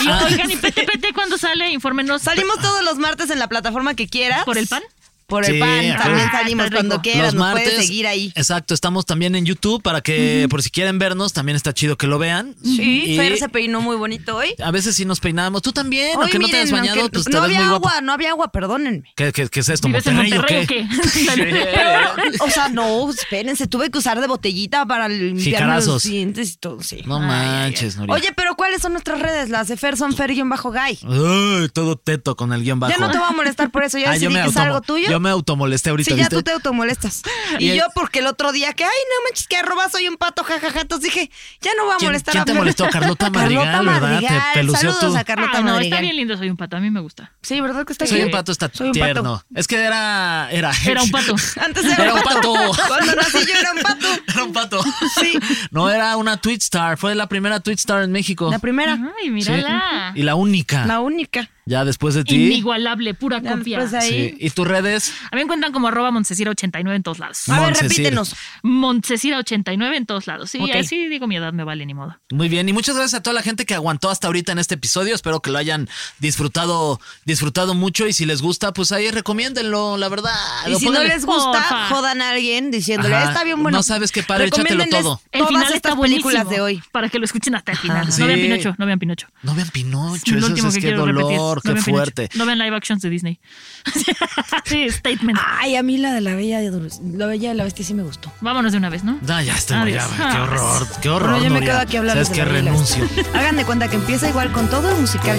Y
Ah.
oigan, y Pete Pete cuando sale, infórmenos.
Salimos todos los martes en la plataforma que quieras.
¿Por el pan?
Por el
Sí,
pan.
ajá.
También
Ah,
salimos
está rico.
cuando quieras.
Los
Nos
martes.
puedes seguir ahí.
Exacto, estamos también en YouTube para que, por si quieren vernos, también está chido que lo vean.
Sí,
Y
Fer se peinó muy bonito hoy.
A veces sí nos peinamos. Tú también,
Hoy,
aunque no te hayas
miren,
bañado,
aunque-
pues te
no
ves
había
muy
agua,
guapa.
no había agua, perdónenme.
¿Qué, qué, qué es esto?
¿Vives en
¿Monterrey,
Monterrey
o
o
qué?
qué?
O sea, no, espérense, tuve que usar de botellita para limpiarme los
Jicarazos.
dientes y todo, sí.
No manches, Nuria.
Oye, pero ¿cuáles son nuestras redes? Las de Fer son Fer bajo guy.
Uy, todo teto con el guión bajo.
Ya no te voy a molestar por eso, ya
Ah, yo
decidí
me
que es
automo-
algo tuyo.
Yo me automolesté ahorita,
Sí, ya
¿viste?
tú te automolestas. Y,
Y el-
yo, porque el otro día que, ay, no manches, que arroba soy un pato, jajaja. Entonces dije, ya no voy a
¿Quién-
molestar
quién
a
te
Fer.
molestó? Carlota Madrigal, ¿verdad? Te
Madrigal.
pelució
Saludos
tú.
a Carlota
Ah, no,
Madrigal.
está bien lindo, soy un pato. A mí me gusta.
Sí, ¿verdad que está
Soy
bien?
un pato, está
Soy un pato.
tierno. Es que era. Era,
Era un pato.
Antes era,
Era un pato.
Cuando nací yo era un pato.
Era un pato.
Sí.
No, era una Twitch Star. Fue la primera Twitch Star en México.
La primera,
Ay,
Sí.
mírala.
Y la única.
la única.
Ya después de ti. pues, eh.
Inigualable, pura
Ya después de
confianza.
ahí-
Sí. ¿Y tus redes?
A mí me encuentran como arroba Montesira89 en todos lados.
A ver,
Montse, sí.
repítenos.
Montesira89 en todos lados. Sí,
Ok.
así digo mi edad, me vale ni modo.
Muy bien, y muchas gracias a toda la gente que aguantó hasta ahorita en este episodio. Espero que lo hayan disfrutado, disfrutado mucho. Y si les gusta, pues ahí recomiéndenlo, la verdad.
Y
Lo
si no
pueden-
les gusta,
Porfa.
jodan a alguien diciéndole,
Ajá.
está bien bueno.
No sabes qué padre, échatelo
Recomiéndenles
todo.
El
todas
final
estas
está
películas
buenísimo
de hoy.
Para que lo escuchen hasta el final.
Ajá.
No vean
Sí.
Pinocho, no vean Pinocho.
No vean Pinocho,
Es lo
eso
último
es
que
que
quiero repetir.
dolor,
No
qué
vean Pinocho.
fuerte.
No vean live actions de Disney. sí, statement.
Ah.
Ay, a mí la de la bella de Dulce- la bella de la bestia sí me gustó.
Vámonos de una vez, ¿no?
No, ya estoy, ya,
Adiós. Ah.
qué horror, qué horror.
Bueno, yo me
Nuria.
quedo aquí hablando.
Sabes
de
que
la Bella y la
renuncio.
Bestia. Hagan de cuenta que empieza igual con todo el musical.